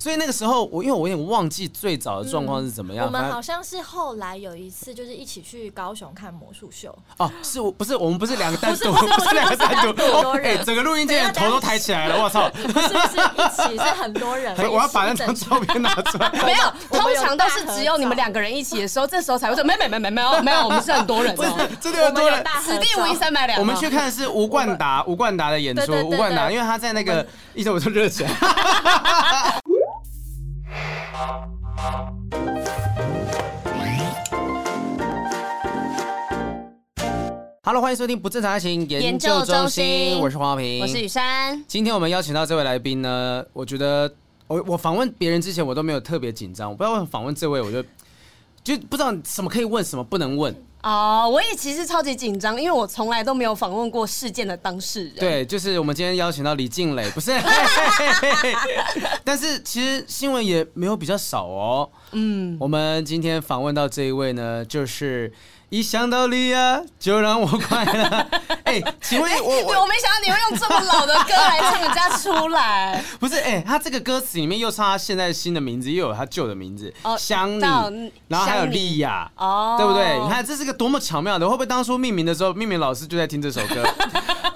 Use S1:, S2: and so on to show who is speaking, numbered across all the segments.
S1: 所以那个时候我因为我有点忘记最早的状况是怎么样，
S2: 我
S1: 反
S2: 们
S1: 正
S2: 好像是后来有一次，就是一起去高雄看魔术秀，
S1: 哦，是我不是我们不是 两个单独，
S2: 不是不是
S1: 是两个单独，
S2: 不是很多
S1: 哦
S2: 人
S1: 哎整个录音间的头都抬起来了，我操！
S2: 不是不是一起，是 很 多人。
S1: 我要把那张
S2: 一起
S1: 照片拿出来。
S3: 没有，
S2: 我们
S3: 通
S2: 有
S3: 常都是只有你们两个人一起的时候，这时候才会说没没没没没有没有，我们是很多人哦
S1: 真的
S3: 的，
S1: 真的
S2: 整
S1: 有
S2: 我们
S1: 多
S2: 有
S1: 人。
S2: 大合
S3: 此地
S2: 照
S3: 无银三百两。 哦
S1: 我们去看的是吴冠达，吴冠达的演出
S2: 对对，对
S1: 吴冠达，
S2: 对
S1: 因为他在那个一直我就热起来。Hello，欢迎收听不正常爱情研
S3: 研
S1: 究
S3: 究
S1: 中
S3: 中
S1: 心，
S3: 心
S1: 我是黄平，
S3: 我是雨珊，
S1: 今天我们邀请到这位来宾呢，我觉得我我访问别人之前我都没有特别紧张，我不知道为什么访问这位我就就不知道什么可以问，什么不能问。
S3: 哦，我也其实超级紧张，因为我从来都没有访问过事件的当事人。，
S1: 对，就是我们今天邀请到李静蕾，不是，嘿嘿嘿嘿但是其实新闻也没有比较少哦。嗯，我们今天访问到这一位呢，就是一想到你啊，就让我快乐。哎、请问我
S3: 对，我没想到你会用这么老的歌来唱人家出来。
S1: 不是，哎、他这个歌词里面又唱他现在新的名字，又有他旧的名字，
S3: 哦
S1: 想你
S3: 到嗯，
S1: 然后还有
S3: 想你
S1: 莉亚，
S3: 哦
S1: 对不对？你看这是个多么巧妙的，会不会当初命名的时候，命名老师就在听这首 歌？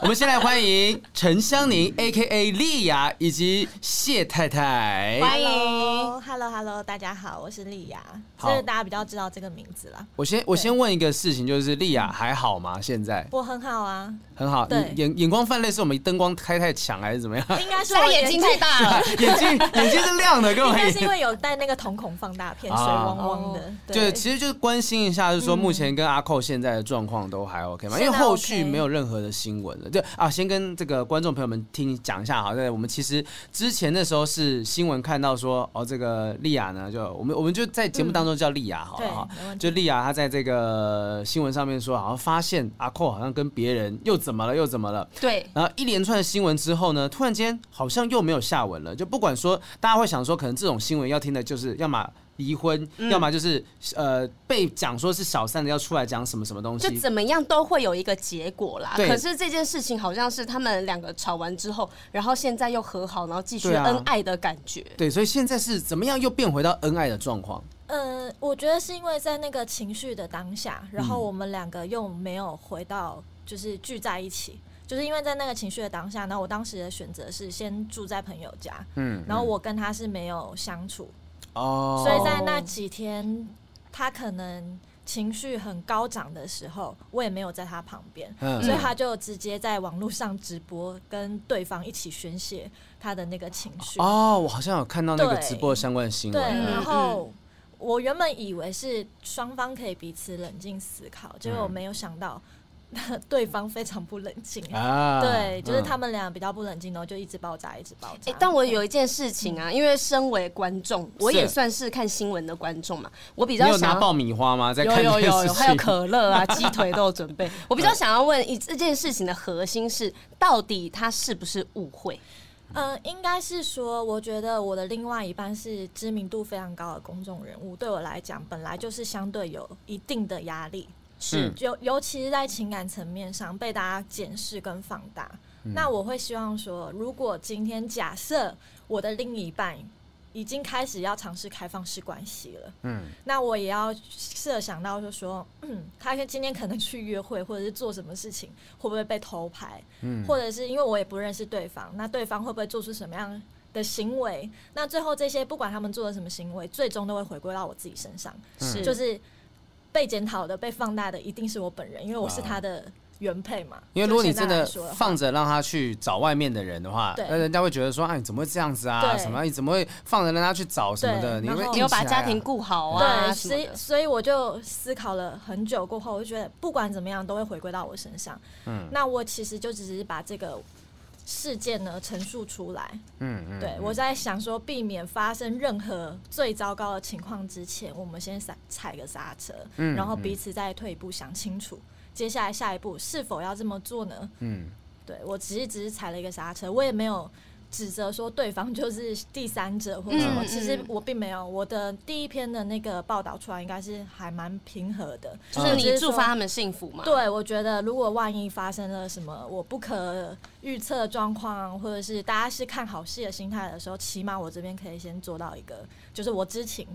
S1: 我们先来欢迎陈香宁 （A K A 莉亚）以及谢太太。
S3: 欢迎
S2: Hello，Hello Hello，大家好，我是丽雅，
S1: 好
S2: 就是大家比较知道这个名字啦。
S1: 我先我先问一个事情，就是莉亚还好吗？现在
S2: 我很好 啊，
S1: 很好，
S2: 对
S1: 你眼眼光泛泪是我们灯光开太强还是怎么样？
S2: 应该是
S3: 他
S2: 我
S3: 眼睛太大了。
S1: 眼睛眼睛是亮的，跟
S2: 睛，
S1: 我一
S2: 应该
S1: 样
S2: 是。因为有戴那个瞳孔放大片，
S1: 啊
S2: 水汪汪的
S3: 哦。
S1: 对，
S2: 对，嗯
S1: 其实就是关心一下，就是说目前跟阿寇现在的状况都还 OK 吗？因为
S2: 现在
S1: 后
S2: OK
S1: 续没有任何的新闻了。就啊，先跟这个观众朋友们听讲一下哈。对，我们其实之前的时候是新闻看到说，哦，这个莉亚呢，就我们我们就在节目当中叫莉亚好了哈
S2: 对没。问题
S1: 就莉亚她在这个新闻上面说，好像发现阿寇好像跟别人又怎么了又怎么了。
S3: 对，
S1: 然后一连串的新闻之后呢，突然间好像又没有下文了。就不管说，大家会想说，可能这种新闻要听的就是要么离婚，要么就是呃被讲说是小三的要出来讲什么什么东
S3: 就
S1: 西。
S3: 怎么样都会有一个结果啦。
S1: 对
S3: 可是这件事情好像是他们两个吵完之后，然后现在又和好，然后继续
S1: 对啊
S3: 恩爱的感觉。
S1: 对，所以现在是怎么样又变回到恩爱的状况？
S2: 呃，我觉得是因为在那个情绪的当下，然
S1: 嗯
S2: 后我们两个又没有回到就是聚在一起，就是因为在那个情绪的当下，然后我当时的选择是先住在朋友家，
S1: 嗯，
S2: 然后我跟他是没有相处，
S1: 哦，
S2: 所以在那几天他可能情绪很高涨的时候，我也没有在他旁边。
S1: 嗯
S2: 所以他就直接在网络上直播，跟对方一起宣泄他的那个情绪。
S1: 哦，我好像有看到那个
S2: 对
S1: 直播相关的新
S2: 对，
S1: 闻。
S2: 然
S3: 嗯
S2: 后我原本以为是双方可以彼此冷静思考，结
S1: 嗯
S2: 果我没有想到对方非常不冷静。
S1: 啊
S2: 对，就是他
S1: 嗯
S2: 们俩比较不冷静，然后就一直爆炸，一直爆炸
S3: 哎、。但我有一件事情啊，因为身为观众，我也算是看新闻的观众嘛，我比
S1: 你
S3: 较
S1: 有拿
S3: 想要。
S1: 爆米花吗？在
S3: 有
S1: 看
S3: 有
S1: 电
S3: 有
S1: 视
S3: 有，
S1: 剧
S3: 还有可乐啊，鸡腿都有准 备。我比较想要问，以这件事情的核心是，到底他是不是误会？
S2: 呃，应该是说，我觉得我的另外一半是知名度非常高的公众人物，对我来讲，本来就是相对有一定的压力。
S1: 是
S2: 尤尤其是在情感层面上被大家检视跟放大。那我会希望说，如果今天假设我的另一半已经开始要尝试开放式关系了，
S1: 嗯
S2: 嗯，那我也要设想到，就说，嗯，他今天可能去约会或者是做什么事情，会不会被偷拍？嗯，或者是因为我也不认识对方，那对方会不会做出什么样？的行为，那最后这些不管他们做了什么行为，最终都会回归到我自己身上。
S1: 嗯
S3: 是
S2: 就是被检讨的、被放大的，一定是我本人，因为我是他的原配嘛。
S1: 因为如果你真的
S2: 就现在来说话
S1: 放着让他去找外面的人的话，
S2: 对
S1: 那人家会觉得说，哎，你怎么会这样子啊？
S2: 对
S1: 什么？你怎么会放着让他去找什么的？
S2: 对
S1: 你
S2: 然
S1: 会
S2: 后
S3: 你有把
S1: 硬起来啊
S3: 家庭顾好啊
S2: 对，
S3: 什么
S2: 所以
S3: 的？
S2: 所以我就思考了很久过后，我就觉得不管怎么样都会回归到我身上。嗯，那我其实就只是把这个事件呢陈述出来。
S1: 嗯嗯，
S2: 对我在想说，避免发生任何最糟糕的情况之前，我们先踩踩个刹车，
S1: 嗯
S2: 然后彼此再退一步想清楚，接下来下一步是否要这么做呢？
S1: 嗯，
S2: 对我只是只是踩了一个刹车，我也没有指责说对方 就是第三者或者什么，
S3: 嗯
S2: 其实
S3: 嗯
S2: 我并没有。我的第一篇的那个报道出来，应该是还蛮平和的，
S3: 就是
S2: 我只
S3: 你
S2: 说
S3: 祝福他们幸福嘛。
S2: 对，我觉得如果万一发生了什么我不可预测的状况，或者是大家是看好戏的心态的时候，起码我这边可以先做到一个，就是我知情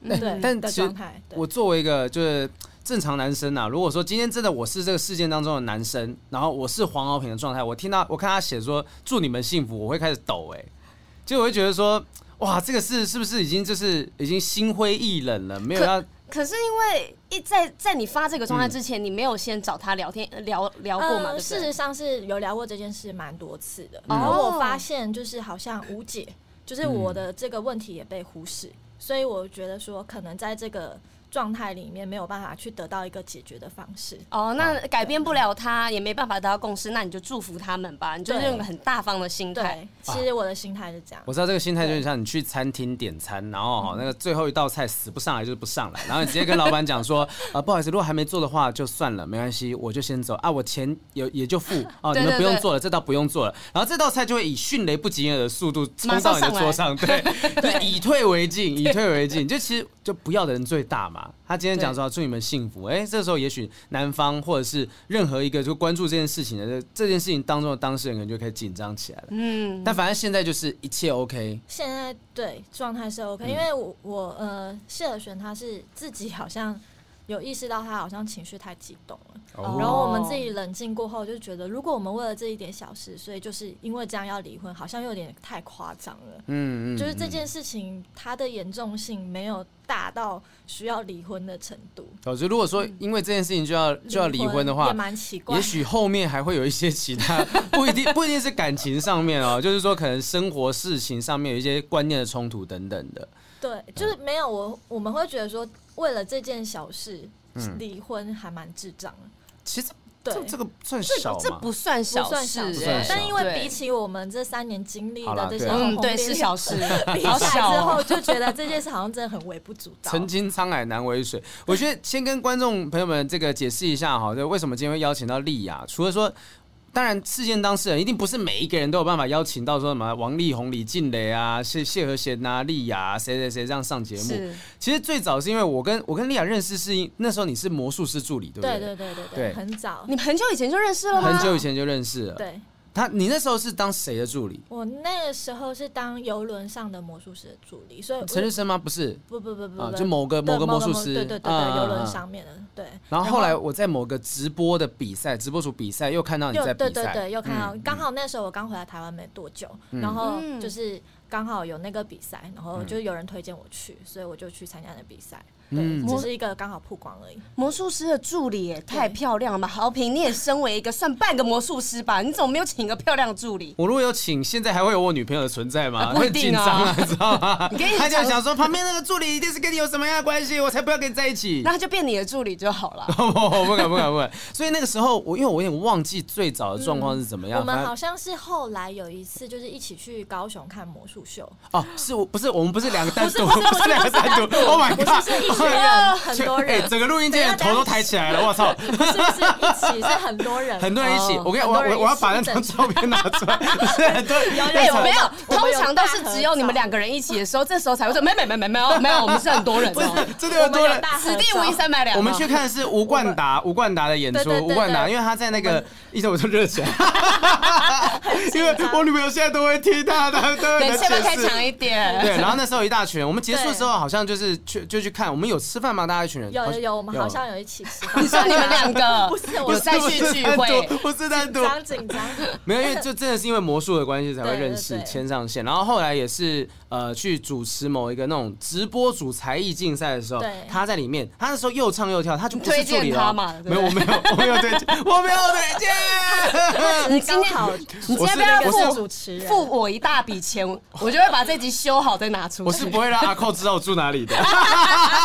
S3: 嗯，
S2: 对
S1: 但
S2: 的
S1: 其实
S2: 状态。对
S1: 我作为一个就是正常男生呐、啊如果说今天真的我是这个事件当中的男生，然后我是黄敖平的状态，我听到我看他写说祝你们幸福，我会开始抖哎、就我会觉得说哇，这个事是不是已经就是已经心灰意冷了，没有
S3: 可
S1: 要
S3: 可是因为一在在你发这个状
S1: 嗯
S3: 态之前，你没有先找他聊天聊聊过
S2: 呃
S3: 嘛？对不
S2: 事
S3: 对
S2: 实？上是有聊过这件事蛮多次的，
S1: 嗯
S2: 然后
S3: 哦
S2: 我发现就是好像无解，就是
S3: 嗯
S2: 我的这个问题也被忽视，所以我觉得说可能在这个状态里面没有办法去得到一个解决的方式。
S3: 哦，那改变不了他，也没办法得到共识，那你就祝福他们吧。你就是
S2: 对
S3: 用一个很大方的心态。
S2: 对，其实我的心态是这样。
S1: 我知道这个心态就很像你去餐厅点餐，然后哈那个最后一道菜死不上来就是不上来，然后你直接跟老板讲说， 呃不好意思，如果还没做的话就算了，没关系，我就先走啊，我钱有也就付 哦，
S3: 对
S1: 你们
S3: 对
S1: 不用
S3: 对
S1: 做了，这道不用做了，然后这道菜就会以迅雷不及掩耳的速度
S3: 马
S1: 冲
S3: 上
S1: 到你的
S3: 上
S1: 桌
S3: 来
S1: 上，对，就是以退为进，以退为进，就其实就不要的人最大嘛。他今天讲说祝你们幸福，哎，这时候也许男方或者是任何一个就关注这件事情的这这件事情当中的当事人可能就可以紧张起来了。
S3: 嗯，
S1: 但反正现在就是一切 OK，
S2: 现在对状态是
S3: 嗯
S2: OK，、因为我我呃谢尔璇他是自己好像有意识到他好像情绪太激动了，
S1: 哦
S2: 然后我们自己冷静过后就觉得，如果我们为了这一点小事，所以就是因为这样要离婚，好像有点太夸张了。
S1: 嗯嗯，
S2: 就是这
S1: 嗯。
S2: 件事情它的严重性没有大到需要离婚的程度，
S1: 哦，就如果
S2: 嗯
S1: 说因为这件事情就要就要离婚的
S2: 也
S1: 话，
S2: 蛮奇怪
S1: 也。许后面还会有一些其他， 不一定不一定是感情上面哦，就是说可能生活事情上面有一些观念的冲突等等的。
S2: 对，
S1: 嗯
S2: 就是没有我我们会觉得说，为了这件小事
S1: 嗯
S2: 离婚还蛮智障的。
S1: 其实
S2: 对
S1: 这这个算
S3: 这
S1: 小
S3: 这
S1: 吗？
S3: 不算小
S2: 不算
S3: 事
S2: 小
S1: 不
S2: 事
S1: 算
S3: 哎，，
S1: 小
S2: 但因为
S3: 对
S2: 比起我们这三年经历
S1: 好啦
S2: 的这些
S1: 对
S2: 轰
S3: 嗯，
S2: 轰烈
S3: 对，是
S2: 烈
S3: 小事，
S2: 比
S3: 好
S2: 起来之
S3: 小
S2: 后，
S3: 哦。
S2: 就觉得这件事好像真的很微不足道。
S1: 曾经沧海难为水。我觉得先跟观众朋友们这个解释一下哈，就为什么今天会邀请到丽雅，除了说。当然，事件当事人一定不是每一个人都有办法邀请到说什么王力宏、李静蕾啊、谢谢和弦呐、丽雅、谁谁谁这样上节目。
S3: 是
S1: 其实最早是因为我跟我跟丽雅认识是因那时候你是魔术师助理，对不
S2: 对
S1: 对
S2: 对对对
S1: 对
S2: 对，很早。
S3: 你们很久以前就认识了吗？
S1: 很久以前就认识了。
S2: 对
S1: 他你那时候是当谁的助理？
S2: 我那个时候是当游轮上的魔术师的助理，所以我
S1: 陈日升吗？不哦是
S2: 不不不不
S1: 啊，
S2: 不
S1: 就某个
S2: 对
S1: 某个魔术师。
S2: 对对对
S1: 啊
S2: 对，游轮。
S1: 啊啊
S2: 上面的对。
S1: 然后后来我在某个直播的比赛，直播组比赛又看到你
S2: 又
S1: 在比
S2: 对
S1: 赛，
S2: 对对，又看到
S1: 嗯
S2: 刚好那时候我刚回来台湾没多久，然后
S3: 嗯
S2: 就是刚好有那个比赛，然
S1: 嗯
S2: 后就有人推荐我去，所以我就去参加那比赛。对
S1: 嗯，
S2: 只是一个刚好曝光而已。
S3: 魔术师的助理也太漂亮了吧！豪平，你也身为一个算半个魔术师吧，你怎么没有请一个漂亮的助理？
S1: 我如果有请，现在还会有我女朋友的存在吗？
S3: 啊不一
S1: 很紧
S3: 定啊
S1: 张 啊，你知道吗？
S3: 你可以
S1: 他就
S3: 想
S1: 想说，旁边那个助理一定是跟你有什么样的关系，我才不要跟你在一起。
S3: 那他就变你的助理就好了。
S1: 不不敢不敢不敢。所以那个时候，我因为我有点忘记最早的状况是怎么样。
S2: 我们
S1: 反
S2: 好像是后来有一次，就是一起去高雄看魔术 秀，
S1: 哦，是我不是我们不是 两个单独，
S2: 不是不是
S1: 两个单独。Oh my
S2: 不是
S1: god！
S2: 是一群人，很多
S1: 哎
S2: 人，
S1: 整个录音间的头都抬起来了，我 操！
S2: 不是不是一起，是很多人，
S1: 很多人一起
S3: 哦，
S1: 我跟你
S2: 很
S1: 我
S2: 多人
S1: 我我要
S2: 一起
S1: 把那
S2: 一
S1: 张
S2: 整
S1: 照片拿出 来， 不是很多人
S3: 哎、
S1: 那
S3: 没有，
S2: 我们
S3: 通
S2: 有
S3: 常都是只有你们两个人一起的时候，这时候才会说没没没没没有没有，我们是很多人
S1: 不
S3: 哦，
S1: 是真的有很多人
S2: 大。合
S3: 此地
S2: 照
S3: 无银三百 两。哦
S1: 我们去，看的是吴冠达，吴冠达的演出
S2: 对对，对
S1: 吴冠达，
S2: 对
S1: 因为他在那个一直我就热起来， 因为我女朋友现在都会听他 的，都
S3: 等一
S1: 会
S3: 下要不要
S1: 解
S3: 开
S1: 释。
S3: 强一点？
S1: 对，然后那时候一大群，我们结束的时候好像就是去就去看，我们有吃饭吗？大家一群人
S2: 有
S1: 好
S2: 有
S1: 像
S2: 有，我们好像有一起吃饭。
S3: 你说你们两个
S2: 不是
S3: 有
S2: 我
S3: 再去聚会，
S1: 不是单独，不是单独，
S2: 张紧张，
S1: 没有，因为就真的是因为魔术的关系才会认识
S2: 对对对
S1: 牵上线，然后后来也是呃去主持某一个那种直播主才艺竞赛的时候
S2: 对，
S1: 他在里面，他那时候又唱又跳，他就不是
S3: 推
S1: 助
S3: 荐
S1: 理
S3: 他
S1: 了
S3: 嘛
S1: 哦，没
S3: 对
S1: 有，我
S3: 不
S1: 没有，我没有推荐，我没有推荐。
S3: 你今
S2: 刚
S3: 天
S2: 好
S3: 你今
S1: 我是
S3: 天不
S1: 我
S3: 要
S2: 副
S1: 是
S3: 付
S2: 主持人，
S3: 付我一大笔钱，我就会把这集修好再拿出
S1: 我是
S3: 去。
S1: 不会让阿寇知道我住哪里的。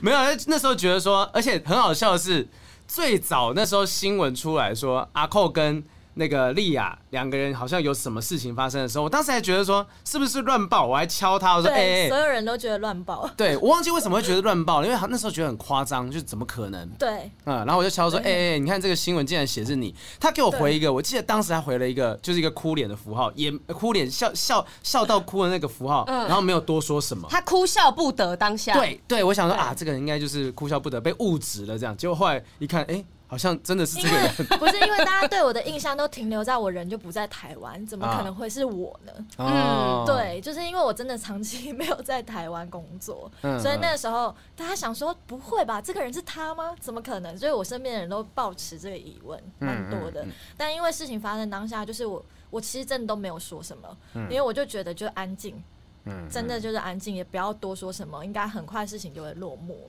S1: 没有，那时候觉得说，而且很好笑的是，最早那时候新闻出来说阿寇跟那个丽雅两个人好像有什么事情发生的时候，我当时还觉得说是不是乱报，我还敲他，我说哎哎
S2: 对，
S1: 哎
S2: 所有人都觉得乱报，
S1: 对我忘记为什么会觉得乱报了，因为那时候觉得很夸张，就是怎么可能？
S2: 对，
S1: 嗯，然后我就敲说，哎、哎、你看这个新闻竟然写是你。他给我回一个，我记得当时他回了一个，就是一个哭脸的符号，也哭脸笑笑笑到哭的那个符号，
S3: 嗯
S1: 然后没有多说什么。
S3: 他哭笑不得当下。，
S1: 对对，我想说
S3: 对
S1: 啊，这个人应该就是哭笑不得，被误植了这样。结果后来一看，哎、好像真的是这个人
S2: 不是因为大家对我的印象都停留在我人就不在台湾，怎么可能会是我呢？
S1: 哦，
S2: 嗯对，就是因为我真的长期没有在台湾工作，
S1: 嗯
S2: 所以那个时候大家想说不会吧，这个人是他吗？怎么可能？所以我身边的人都抱持这个疑问，
S1: 嗯
S2: 蛮多的。但因为事情发生当下，就是我我其实真的都没有说什么，因为我就觉得就安静，
S1: 嗯
S2: 真的就是安静，也不要多说什么，应该很快事情就会落幕了。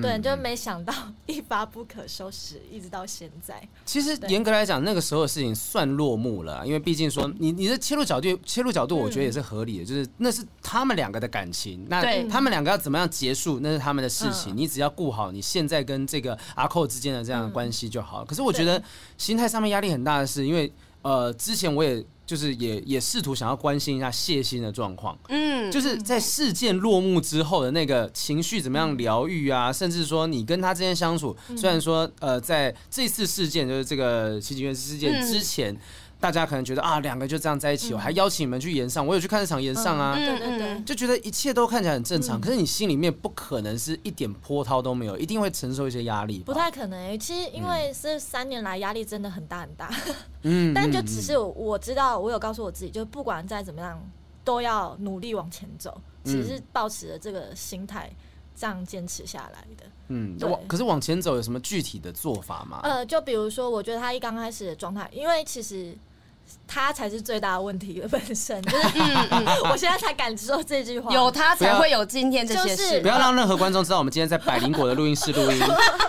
S1: 嗯
S2: 对，就没想到一发不可收拾，一直到现在。
S1: 其实
S2: 对
S1: 严格来讲，那个时候的事情算落幕了啊，因为毕竟说你你的切入角度切入角度，我觉得也是合
S2: 嗯
S1: 理的，就是那是他们两个的感情，那
S3: 对
S1: 他们两个要怎么样结束，那是他们的事情，
S2: 嗯
S1: 你只要顾好你现在跟这个阿寇之间的这样的关系就
S2: 嗯
S1: 好了。可是我觉得心态上面压力很大的是，因为呃，之前我也就是也也试图想要关心一下谢欣的状况，
S3: 嗯，
S1: 就是在事件落幕之后的那个情绪怎么样疗愈
S2: 嗯
S1: 啊，甚至说你跟他之间相处，虽然说呃，在这次事件就是这个齐景元事件
S3: 嗯
S1: 之前。大家可能觉得啊，两个就这样在一起，我
S2: 嗯
S1: 还邀请你们去演上，我有去看这场演上啊，
S3: 嗯
S2: 对对对，
S3: 嗯
S1: 就觉得一切都看起来很正常。
S2: 嗯
S1: 可是你心里面不可能是一点波涛都没有，一定会承受一些压力吧。
S2: 不太可能、欸。其实因
S1: 嗯
S2: 为这三年来压力真的很大很大，
S1: 嗯，嗯，
S2: 但就
S1: 嗯
S2: 只是我我知道，我有告诉我自己，就不管再怎么样，都要努力往前走。其实
S1: 嗯
S2: 是抱持着这个心态。这样坚持下来的，
S1: 嗯，
S2: 对
S1: 往可是往前走有什么具体的做法吗？
S2: 呃，就比如说，我觉得他一刚开始的状态，因为其实他才是最大的问题本身， 就是
S1: 嗯
S2: 我现在才感受这句话，
S3: 有他才会有今天这些
S2: 就是
S3: 事。
S1: 不要让任何观众知道我们今天在百灵果的录音室录 音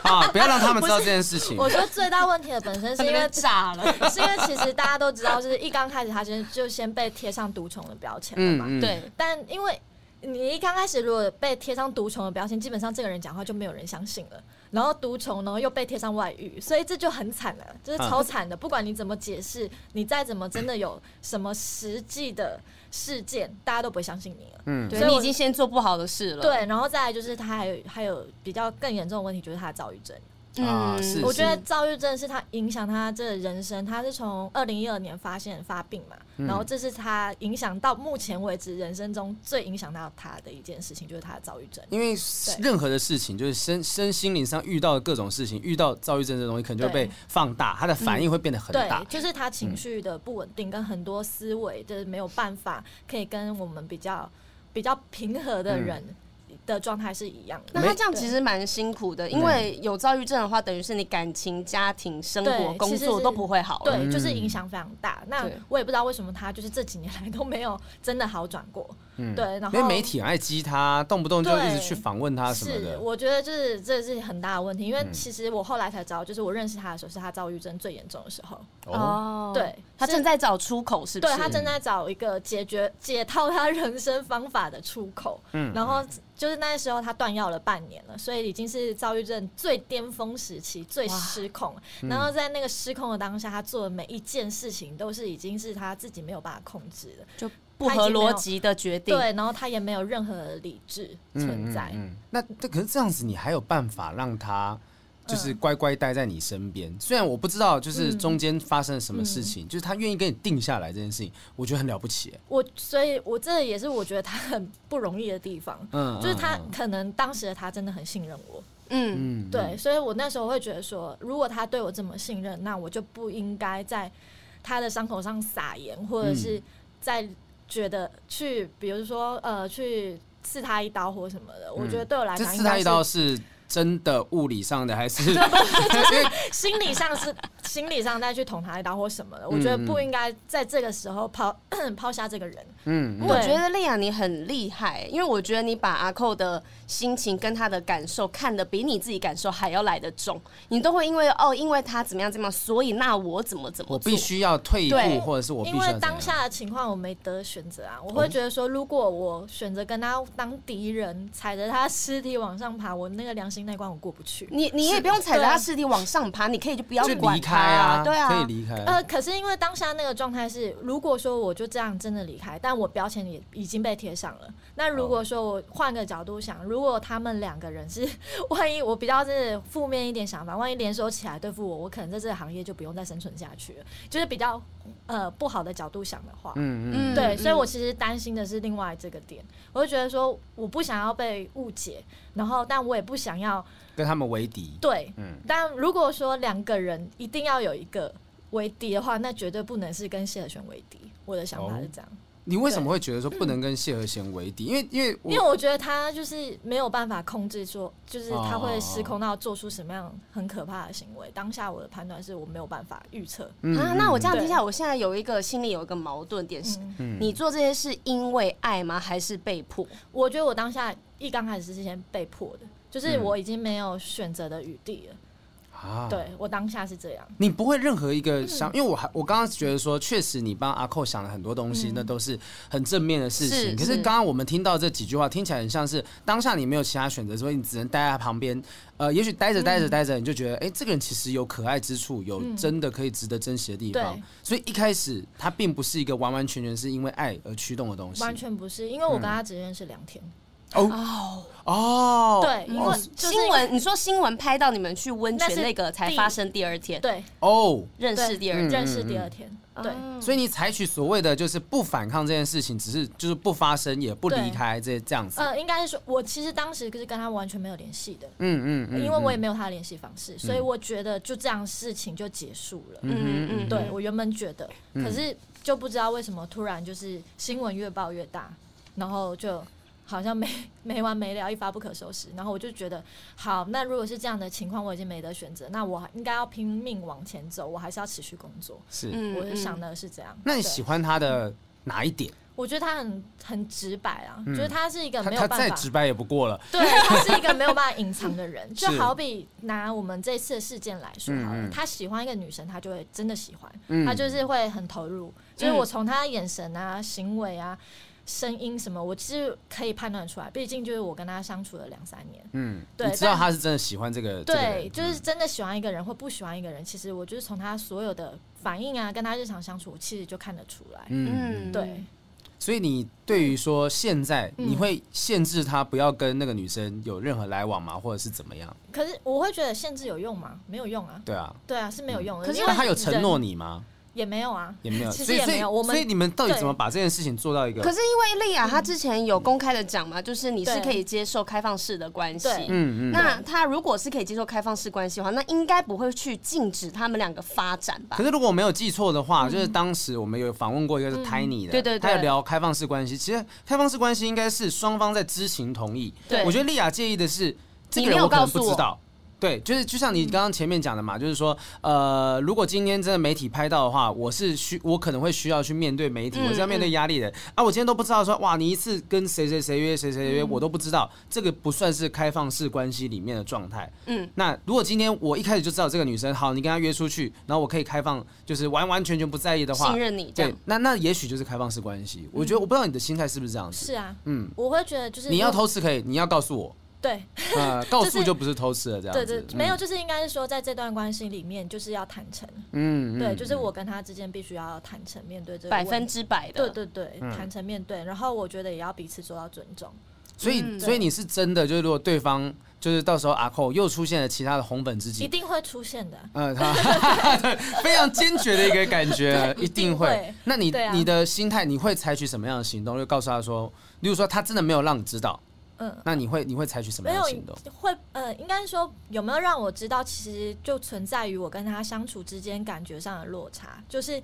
S1: 啊！不要让他们知道这件事情。
S2: 我觉得最大问题的本身是因为
S3: 炸了，
S2: 是因为其实大家都知道，就是一刚开始他先就先被贴上毒虫的标签了
S1: 嗯
S2: 嘛。
S1: 嗯，
S3: 对，
S2: 但因为你一刚开始如果被贴上毒虫的标签，基本上这个人讲话就没有人相信了。然后毒虫呢又被贴上外遇，所以这就很惨了，就是嗯超惨的。不管你怎么解释，你再怎么真的有什么实际的事件，大家都不会相信你了。
S1: 嗯，
S3: 对
S2: 所以
S3: 你
S2: 我
S3: 已经先做不好的事了。，
S2: 对，然后再来就是他还有还有比较更严重的问题，就是他的躁郁症。
S1: 啊是
S2: 嗯我觉得躁郁症是他影响他这人生，他是从二零一二年发现发病嘛，
S1: 嗯
S2: 然后这是他影响到目前为止人生中最影响到他的一件事情，就是他的躁郁症。
S1: 因为任何的事情，就是身身心灵上遇到的各种事情，遇到躁郁症这东西，可能就会被
S2: 对嗯
S1: 放大，他的反应会变得很
S2: 对
S1: 大，。
S2: 就是他情绪的不稳定，跟很多思维就是没有办法可以跟我们比较比较平和的人
S1: 嗯
S2: 的状态是一样的。
S3: 那他这样其实蛮辛
S1: 嗯
S3: 苦的，因为有躁郁症的话，等于是你感情、家庭、生活、
S2: 对
S3: 工
S2: 其实
S3: 作
S2: 是
S3: 都不会好了。
S1: 嗯
S2: 对，就是影响非常大。那
S3: 对
S2: 我也不知道为什么他就是这几年来都没有真的好转过。对，然
S1: 嗯因为
S2: 后
S1: 媒体很爱激他，动不动就
S2: 对
S1: 一直去访问他什么
S2: 是，
S1: 的。嗯
S2: 我觉得就是这是很大的问题，因为其实我后来才知道，就是我认识他的时候是他躁郁症最严重的时候，
S1: 哦，
S2: 对
S3: 他
S2: 是
S3: 正在找出口，是不
S2: 对
S3: 是？
S2: 他正在找一个解决 解套他人生方法的出口。嗯，然后就是那时候他断药了半年了，所以已经是躁郁症最巅峰时期，最失控。
S1: 嗯
S2: 然后在那个失控的当下，他做的每一件事情都是已经是他自己没有办法控制的，
S3: 就不合逻辑的决定。
S2: 对，然后他也没有任何理智存在。
S1: 嗯，那那可是这样子，你还有办法让他就是乖乖待在你身边？虽然我不知道，就是中间发生了什么事
S2: 嗯
S1: 情，就是他愿意跟你定下来这件事情，我觉得很了不起。
S2: 我，所以我这也是我觉得他很不容易的地方。
S1: 嗯，
S2: 就是他
S1: 嗯
S2: 可能当时的他真的很信任我，
S3: 嗯，
S1: 嗯，
S2: 对，所以我那时候会觉得说，如果他对我这么信任，那我就不应该在他的伤口上撒盐，或者
S1: 嗯
S2: 是在觉得去，比如说呃，去刺他一刀或什么的。我觉得对我来
S1: 嗯这
S2: 讲，
S1: 刺他一刀是真的物理上的还 是？因 为
S2: 心理上是心理上再去捅他一刀或 什么的。我觉得不应该在这个时候抛 抛下这个人。
S1: 嗯，
S3: 我觉得丽雅你很厉害，因为我觉得你把阿寇的心情跟他的感受看得比你自己感受还要来得重，你都会因为哦，因为他怎么样怎么样，所以那我怎么怎么
S1: 我
S3: 做
S1: 必须要退一步，
S3: 对
S1: 或者是我必须
S2: 因
S1: 要
S2: 为
S1: 怎
S2: 当
S1: 样哦
S2: 下的情况我没得选择啊，我会觉得说，如果我选择跟他当敌人，踩着他尸体往上爬，我那个良心心那关我过不去。
S1: 嗯
S3: 你你也不用踩着
S2: 对
S3: 他尸体往上爬，你可以就不要
S1: 就
S3: 管
S1: 离
S3: 他
S1: 开啊，
S3: 对啊，
S1: 可以离开。
S2: 呃，可是因为当下那个状态是，如果说我就这样真的离开，但我标签也已经被贴上了。那如果说我换个角度想，如果他们两个人是， 万一我比较是负面一点想法，万一联手起来对付我，我可能在这个行业就不用再生存下去了，就是比较呃不好的角度想的话。
S1: 嗯嗯
S3: 嗯
S2: 对，所以我其实担心的是另外这个点，我就觉得说我不想要被误解，然后但我也不想要
S1: 跟他们为敌。
S2: 对
S1: 嗯，
S2: 但如果说两个人一定要有一个为敌的话，那绝对不能是跟谢和弦为敌。我的想法是这样，
S1: 你为什么会觉得说不能跟谢和弦为敌？因为因为
S2: 因为我觉得他就是没有办法控制说，就是他会失控到做出什么样很可怕的行为。当下我的判断是我没有办法预测。
S1: 嗯
S3: 啊，那我这样听
S2: 对
S3: 起来，我现在有一个心里有一个矛盾点是：
S2: 嗯，
S1: 嗯
S3: 你做这些是因为爱吗？还是被迫？
S2: 我觉得我当下一刚开始是先被迫的，就是我已经没有选择的余地了。
S1: 啊，
S2: 对我当下是这样，
S1: 你不会任何一
S2: 嗯
S1: 个想，因为我还我刚刚觉得说，确实你帮阿寇想了很多东西，
S2: 嗯
S1: 那都是很正面的事情。
S3: 是
S1: 可是刚刚我们听到这几句话，听起来很像是当下你没有其他选择，所以你只能待在旁边。呃，也许待
S2: 嗯
S1: 着待着待着，你就觉得，哎、这个人其实有可爱之处，有真的可以值得珍惜的地方。
S2: 对
S1: 所以一开始他并不是一个完完全全是因为爱而驱动的东西。
S2: 完全不是，因为我跟他只认识两天。
S3: 哦，
S1: 哦，
S2: 对，因为就是因
S3: 新
S2: 为
S3: 闻，你说新闻拍到你们去温
S2: 那
S3: 泉
S2: 是
S3: 那个才
S2: 第
S3: 发生第二天，
S2: 对
S1: 哦。
S3: 认识
S2: 对
S3: 第二天，哦嗯
S2: 认识第二天，
S1: 嗯
S2: 对。
S1: 所以你采取所谓的就是不反抗这件事情，只是就是不发生也不离开这这样子。
S2: 呃，应该是说，我其实当时就是跟他完全没有联系的，
S1: 嗯嗯嗯，
S2: 因为我也没有他的联系方式，所以我觉得就这样事情就结束了。
S3: 嗯嗯，
S2: 对我原本觉得，
S1: 嗯
S2: 可是就不知道为什么突然就是新闻越报越大，然后就好像没没完没了，一发不可收拾。然后我就觉得，好，那如果是这样的情况，我已经没得选择，那我还应该要拼命往前走，我还是要持续工作。
S1: 是。
S3: 嗯
S2: 我就想
S3: 的，
S2: 的是这样。
S1: 那你
S2: 对
S1: 喜欢他的哪一点？
S2: 我觉得他很很直白啊，觉得他是一个
S1: 嗯他
S2: 没有
S1: 他
S2: 办法
S1: 再直白也不过了。
S2: 对，他是一个没有办法隐藏 的人。就是好比拿我们这次的事件来说好了，
S1: 嗯嗯
S2: 他喜欢一个女生，他就会真的喜欢，
S1: 嗯
S2: 他就是会很投入。就是我从他的眼神啊、行为啊、声音什么，我其实可以判断出来。毕竟就是我跟他相处了两三年，
S1: 嗯，
S2: 对
S1: 你知道
S2: 但
S1: 他是真的喜欢这个。这个
S2: 对，
S1: 人嗯
S2: 就是真的喜欢一个人或不喜欢一个人，其实我就是从他所有的反应啊，跟他日常相处，我其实就看得出来。
S1: 嗯，
S2: 对，
S1: 所以你对于说现在
S2: 嗯
S1: 你会限制他不要跟那个女生有任何来往吗？或者是怎么样？
S2: 可是我会觉得限制有用吗？没有用啊，
S1: 对啊，
S2: 对啊，是没有用的。
S3: 可是
S2: 因为
S1: 那他有承诺
S2: 人
S1: 你吗？
S2: 也没有啊，
S1: 也没有，
S2: 其
S1: 所
S2: 实
S1: 以
S2: 也
S1: 所
S2: 没
S1: 以
S2: 有。我
S1: 所
S2: 们
S1: 以你们到底
S2: 对
S1: 怎么把这件事情做到一个？
S3: 可是因为莉亚她之前有公开的讲嘛，就是你是
S2: 对
S3: 可以接受开放式的关系，
S2: 对
S1: 嗯嗯，
S3: 那他如果是可以接受开放式关系的话，那应该不会去禁止他们两个发展吧嗯
S1: 可？是如果我没有记错的话，就是当时我们有访问过一个是 Tiny 的，
S3: 对对对
S1: 他有聊开放式关系。其实开放式关系应该是双方在知情同意。
S3: 对
S1: 我觉得莉亚介意的是这
S3: 你
S1: 个
S3: 没
S1: 人
S3: 有
S1: 我可能
S3: 告诉
S1: 不知
S3: 我嗯
S1: 道。对，就是就像你刚刚前面讲的嘛，就是说，呃，如果今天真的媒体拍到的话，我是需我可能会需要去面对媒体，
S3: 嗯
S1: 我是要面对压力的。啊，我今天都不知道说，哇，你一次跟谁谁谁约谁谁
S3: 嗯
S1: 谁约，我都不知道，这个不算是开放式关系里面的状态。那如果今天我一开始就知道这个女生好，你跟她约出去，然后我可以开放，就是完完全全不在意的话，
S3: 信任你这
S1: 对
S3: 样，，
S1: 那那也许就是开放式关系。我觉得我不知道你的心态是不是这样子。
S2: 是啊，
S1: 嗯
S2: 嗯，我会觉得就是
S1: 你要
S2: 如果
S1: 偷吃可以，你要告诉我，
S2: 对
S1: 呃，告诉
S2: 是
S1: 就不是偷吃了，这样
S2: 对
S1: 子。
S2: 对，
S1: 嗯
S2: 没有，，就是应该是说在这段关系里面就是要坦诚，
S1: 嗯，嗯
S2: 对，就是我跟他之间必须要坦诚面对这个
S3: 百
S2: 问
S3: 分
S2: 题。
S3: 之百的，
S2: 对对对，
S1: 嗯
S2: 坦诚面对，然后我觉得也要彼此做到尊重。
S1: 所
S2: 嗯
S1: 以所以你是真的，就是如果对方就是到时候阿寇又出现了其他的红粉知
S2: 一
S1: 己，
S2: 定会出现的。
S1: 呃，他 非常坚决的一个感觉，
S2: 对
S1: 一定
S2: 一
S1: 会
S2: 定会。
S1: 那你
S2: 对啊
S1: 你的心态，你会采取什么样的行动？就告诉他说，例如说他真的没有让你知道，
S2: 嗯，
S1: 那你会你会采取什么
S2: 没
S1: 样
S2: 有
S1: 的行动？
S2: 会呃，应该说有没有让我知道，其实就存在于我跟他相处之间感觉上的落差，就是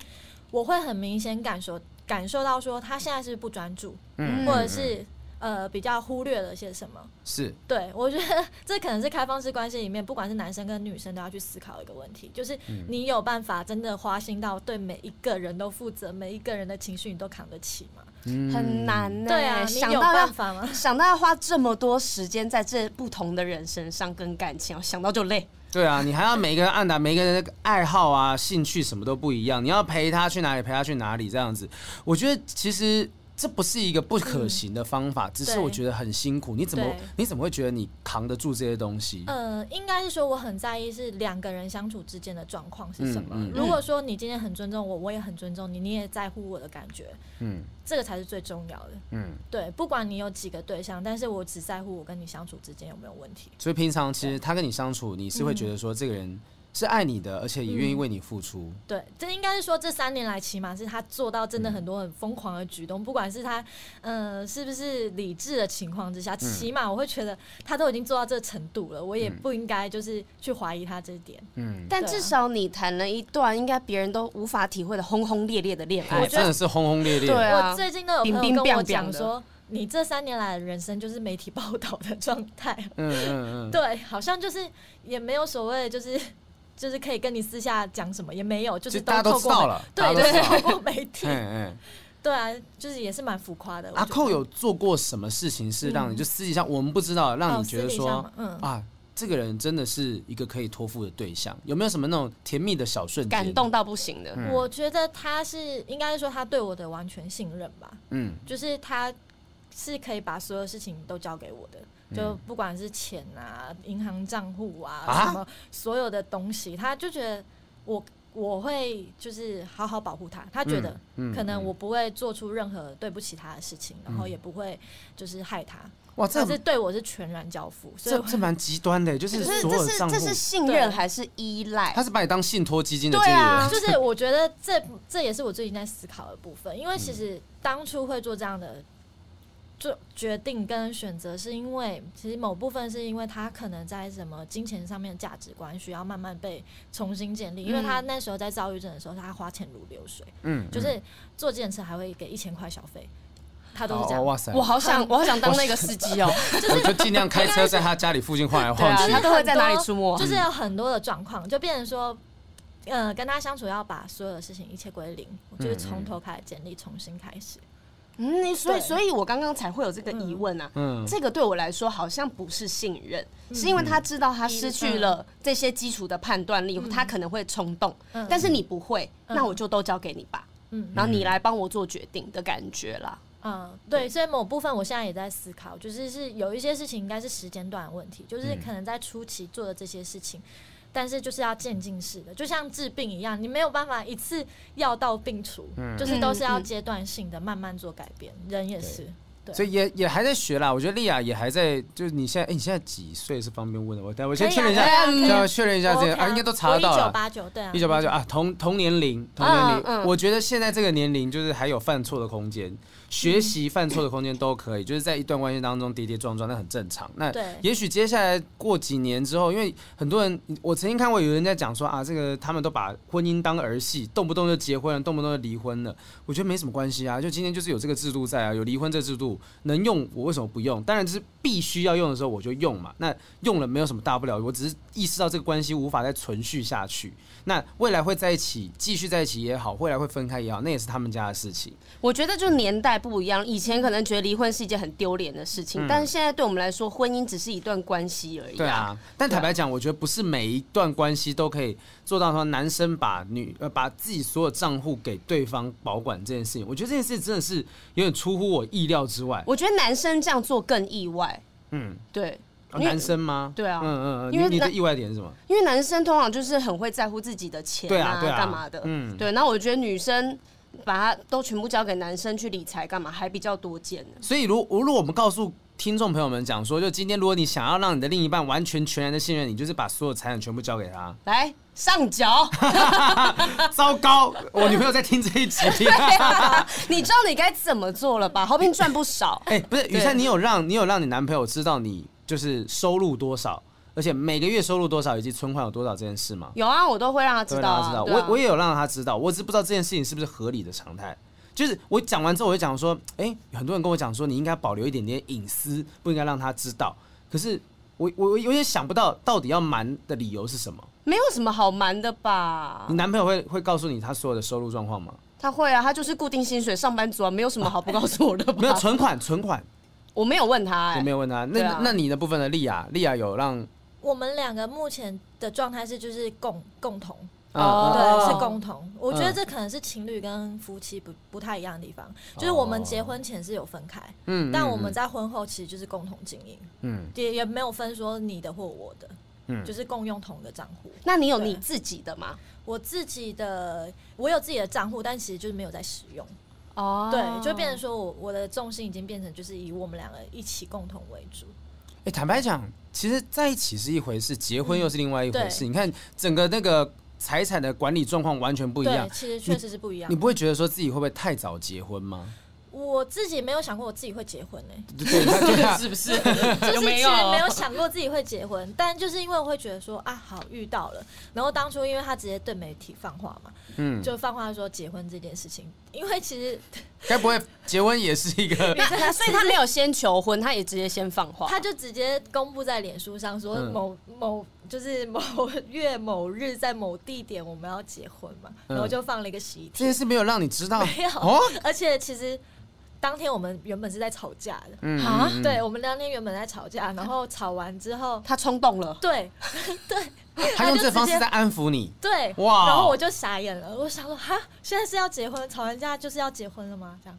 S2: 我会很明显感受感受到说他现在是不专注，
S1: 嗯
S2: 或者是呃比较忽略了些什么。
S1: 是
S2: 对，我觉得 这可能是开放式关系里面，不管是男生跟女生都要去思考一个问题，就是
S1: 嗯
S2: 你有办法真的花心到对每一个人都负责，每一个人的情绪你都扛得起吗？
S1: 嗯
S3: 很难呢。
S2: 对啊，你
S3: 想
S2: 有
S3: 到
S2: 办
S3: 要
S2: 法吗？
S3: 想到要花这么多时间在这不同的人身上跟感情，我想到就累。
S1: 对啊，你还要每个人按打，每个人的爱好啊、兴趣什么都不一样，你要陪他去哪里，陪他去哪里这样子。我觉得其实这不是一个不可行的方法，只是我觉得很辛苦。你怎么
S2: 对
S1: 你怎么会觉得你扛得住这些东西？
S2: 呃，应该是说我很在意是两个人相处之间的状况是什么。
S1: 嗯嗯
S2: 如果说你今天很尊重我，我也很尊重你，你也在乎我的感觉，
S1: 嗯
S2: 这个才是最重要的。
S1: 嗯，
S2: 对，不管你有几个对象，但是我只在乎我跟你相处之间有没有问题。
S1: 所以平常其实他跟你相处，你是会觉得说这个人是爱你的，而且也愿意为你付出。
S2: 对，这应该是说这三年来，起码是他做到
S1: 嗯
S2: 真的很多很疯狂的举动，不管是他，呃，是不是理智的情况之下，
S1: 嗯
S2: 起码我会觉得他都已经做到这程度了，我也不应该就是去怀疑他这一点。
S1: 嗯，
S3: 但
S2: 对啊
S3: 至少你谈了一段应该别人都无法体会的轰轰烈烈的恋
S1: 哎
S3: 爱。
S1: 真的是轰轰烈烈。
S3: 对啊
S2: 我最近都有朋
S3: 冰冰
S2: 友跟我
S3: 冰冰
S2: 讲
S3: 的
S2: 说，你这三年来的人生就是媒体报道的状态，
S1: 嗯嗯嗯，
S2: 对，好像就是也没有所谓，就是就是可以跟你私下讲什么也没有，就是
S1: 就大家都
S2: 透
S1: 知
S2: 过
S1: 道
S2: 媒
S1: 了，大
S2: 对，
S1: 家都知
S2: 就是
S1: 道
S2: 透
S1: 了。
S2: 过媒 体，
S1: 嗯
S2: 对啊，就是也是蛮浮夸的。
S1: 嗯，
S2: 我
S1: 阿
S2: 觉
S1: 寇
S2: 得嗯
S1: 有做过什么事情是让你就私底下我们不知道，让
S2: 哦
S1: 你觉得
S2: 私底
S1: 说
S2: 下嘛嗯
S1: 啊，这个人真的是一个可以托付的对象？有没有什么那种甜蜜的小瞬间？
S3: 感动？到不行
S1: 嗯
S3: 的，
S2: 我觉得他是应该是说他对我的完全信任吧，
S1: 嗯
S2: 就是他是可以把所有事情都交给我的，
S1: 嗯
S2: 就不管是钱啊、银行账户啊
S1: 啊
S2: 什么所有的东西，他就觉得我我会就是好好保护他，他觉得
S1: 嗯嗯
S2: 可能我不会做出任何对不起他的事情，然后也不会就是害他，
S1: 哇，
S2: 他
S1: 哦这
S2: 是对我是全然交付，所以
S1: 这
S2: 我
S1: 这蛮极端的，就是
S3: 可是
S1: 所有
S3: 这
S1: 的
S3: 是
S1: 账户
S3: 这，是信任还是依赖
S1: 他？是把你当信托基金的
S3: 对
S1: 经理
S3: 啊
S1: 人。
S2: 就是我觉得 这这也是我最近在思考的部分，因为
S1: 嗯
S2: 其实当初会做这样的做决定跟选择，是因为其实某部分是因为他可能在什么金钱上面的价值观需要慢慢被重新建立，因为他那时候在躁郁症的时候，他花钱如流水，
S1: 嗯，
S2: 就是坐计程车还会给一千块小费，他都是
S1: 哦
S2: 这样。
S1: 哇塞，
S3: 我好想，我好想当那个司机哦。
S1: 我就尽量开车在他家里附近晃来
S3: 对
S1: 晃
S3: 啊，
S1: 去
S3: 他。都会在哪里出没？
S2: 就是有很多的状况，就变成说，呃，跟他相处要把所有的事情一切归零，就是
S1: 嗯
S2: 从头开始建立，重新开始。
S3: 嗯，你所
S2: 对
S3: 以，所以我刚刚才会有这个疑问啊。
S1: 嗯，
S3: 这个对我来说好像不是信任，是因为他知道他失去了这些基础的判断力，他可能会冲动，
S2: 嗯
S3: 但是你不会，那我就都交给你吧，
S2: 嗯
S3: 然后你来帮我做决定的感觉啦。
S2: 嗯，对，所以某部分我现在也在思考，就是是有一些事情应该是时间段的问题，就是
S1: 嗯
S2: 可能在初期做的这些事情，但是就是要渐进式的，就像治病一样，你没有办法一次药到病除，
S1: 嗯
S2: 就是都是要阶段性的慢慢做改变，人也是。对
S1: 所以也也还在学啦。我觉得莉亚也还在，就是你现在，哎、你现在几岁是方便问的？我待我先确认一下，
S2: 可以啊可以啊
S1: 先要确认一下这些啊，应该都查得到
S2: 一九
S1: 了。
S2: 八九，对啊，
S1: 一九八九啊，同同年龄，同年龄，
S3: 嗯嗯
S1: 我觉得现在这个年龄就是还有犯错的空间，学习犯错的空间都可以，就是在一段关系当中跌跌撞撞，那很正常。那
S2: 对
S1: 也许接下来过几年之后，因为很多人，我曾经看过有人在讲说啊，这个他们都把婚姻当儿戏，动不动就结婚了，动不动就离婚了。我觉得没什么关系啊，就今天就是有这个制度在啊，有离婚这制度能用，我为什么不用？当然就是必须要用的时候我就用嘛。那用了没有什么大不了，我只是意识到这个关系无法再存续下去。那未来会在一起，继续在一起也好，未来会分开也好，那也是他们家的事情。
S3: 我觉得就年代不一样，以前可能觉得离婚是一件很丢脸的事情，但是现在对我们来说，婚姻只是一段关系而已、
S1: 嗯对，啊，但坦白讲，我觉得不是每一段关系都可以做到说男生把女呃把自己所有账户给对方保管这件事情。我觉得这件事真的是有点出乎我意料之外。
S3: 我觉得男生这样做更意外。
S1: 嗯，
S3: 对，
S1: 啊
S3: 因为
S1: 男生吗？
S3: 对啊
S1: 嗯嗯嗯，
S3: 因为
S1: 你你的
S3: 男
S1: 意外点是什么？
S3: 因为男生通常就是很会在乎自己的钱
S1: 对啊对啊
S3: 干嘛的，
S1: 嗯
S3: 嗯，对。那我觉得女生把它都全部交给男生去理财，干嘛还比较多见呢？
S1: 所以如如果我们告诉听众朋友们讲说，就今天如果你想要让你的另一半完全全然的信任你，就是把所有财产全部交给 他。
S3: 来 上脚，
S1: 糟糕，我女朋友在听这一集。啊
S3: 啊你知道你该怎么做了吧？后面赚不少，
S1: 哎、不是雨珊，你有让你有让你男朋友知道你就是收入多少，而且每个月收入多少以及存款有多少这件事吗？
S3: 有啊，我都会让他
S1: 都
S3: 知
S1: 会
S3: 道、
S1: 让
S3: 啊，
S1: 他知道，
S3: 对啊
S1: 我我也有让他知道，我只是不知道这件事情是不是合理的常态。就是我讲完之后，我就讲说，哎、很多人跟我讲说，你应该保留一点点隐私，不应该让他知道。可是我我我有点想不到，到底要瞒的理由是什么？
S3: 没有什么好瞒的吧
S1: 你？男朋友会会告诉你他所有的收入状况吗？
S3: 他会啊，他就是固定薪水上班族啊，没有什么好不告诉我的吧？
S1: 没有存款，存款
S3: 我没有问他、
S1: 我
S3: 哎
S1: 没，有问他。那、
S3: 对啊
S1: 那你的部分的莉亚，莉亚有让
S2: 我们两个目前的状态是就是共共同，
S1: 嗯
S3: 哦
S2: 对，是共同。我觉得这可能是情侣跟夫妻不不太一样的地方，就是我们结婚前是有分开，
S1: 哦嗯
S2: 但我们在婚后其实就是共同经营，
S1: 嗯
S2: 也也没有分说你的或我的，
S1: 嗯
S2: 就是共用同一个账户。
S3: 那你有
S2: 对
S3: 你自己的吗？
S2: 我自己的我有自己的账户，但其实就是没有在使用，
S3: 哦
S2: 对，就变成说我我的重心已经变成就是以我们两个一起共同为主，
S1: 哎、坦白讲，其实在一起是一回事，结婚又是另外一回事。
S2: 对
S1: 你看整个那个财产的管理状况完全不一样
S2: 对，，其实确实是不一样
S1: 你。不会觉得说自己会不会太早结婚吗？
S2: 我自己没有想过我自己会结婚呢、欸
S1: 对，那对啊，
S4: 是不是？
S2: 就
S4: 有
S2: 是
S4: 没
S2: 其
S4: 有？
S2: 实没 有想过自己会结婚，但就是因为我会觉得说啊，好遇到了。然后当初因为他直接对媒体放话嘛，
S1: 嗯，
S2: 就放话说结婚这件事情，因为其实
S1: 该不会结婚也是一个？
S3: 那所以他没有先求婚，他也直接先放话。
S2: 他就直接公布在脸书上说
S1: 哦嗯
S2: 某、某就是某 月某日在某地点我们要结婚嘛，
S1: 嗯
S2: 然后就放了一个喜
S1: 这
S2: 帖
S1: 件，事没有让你知道，
S2: 没有
S1: 哦，
S2: 而且其实当天我们原本是在吵架的，
S1: 嗯
S3: 啊
S1: 嗯
S2: 对我们当天原本在吵架，然后吵完之后，
S3: 他冲动了，
S2: 对
S1: 他用
S2: 他就
S1: 这方
S2: 直
S1: 式
S2: 接
S1: 在安抚你，
S2: 对，
S1: 哇
S2: 然后我就傻眼了，我想说哈，现在是要结婚，吵完架就是要结婚了吗？这样，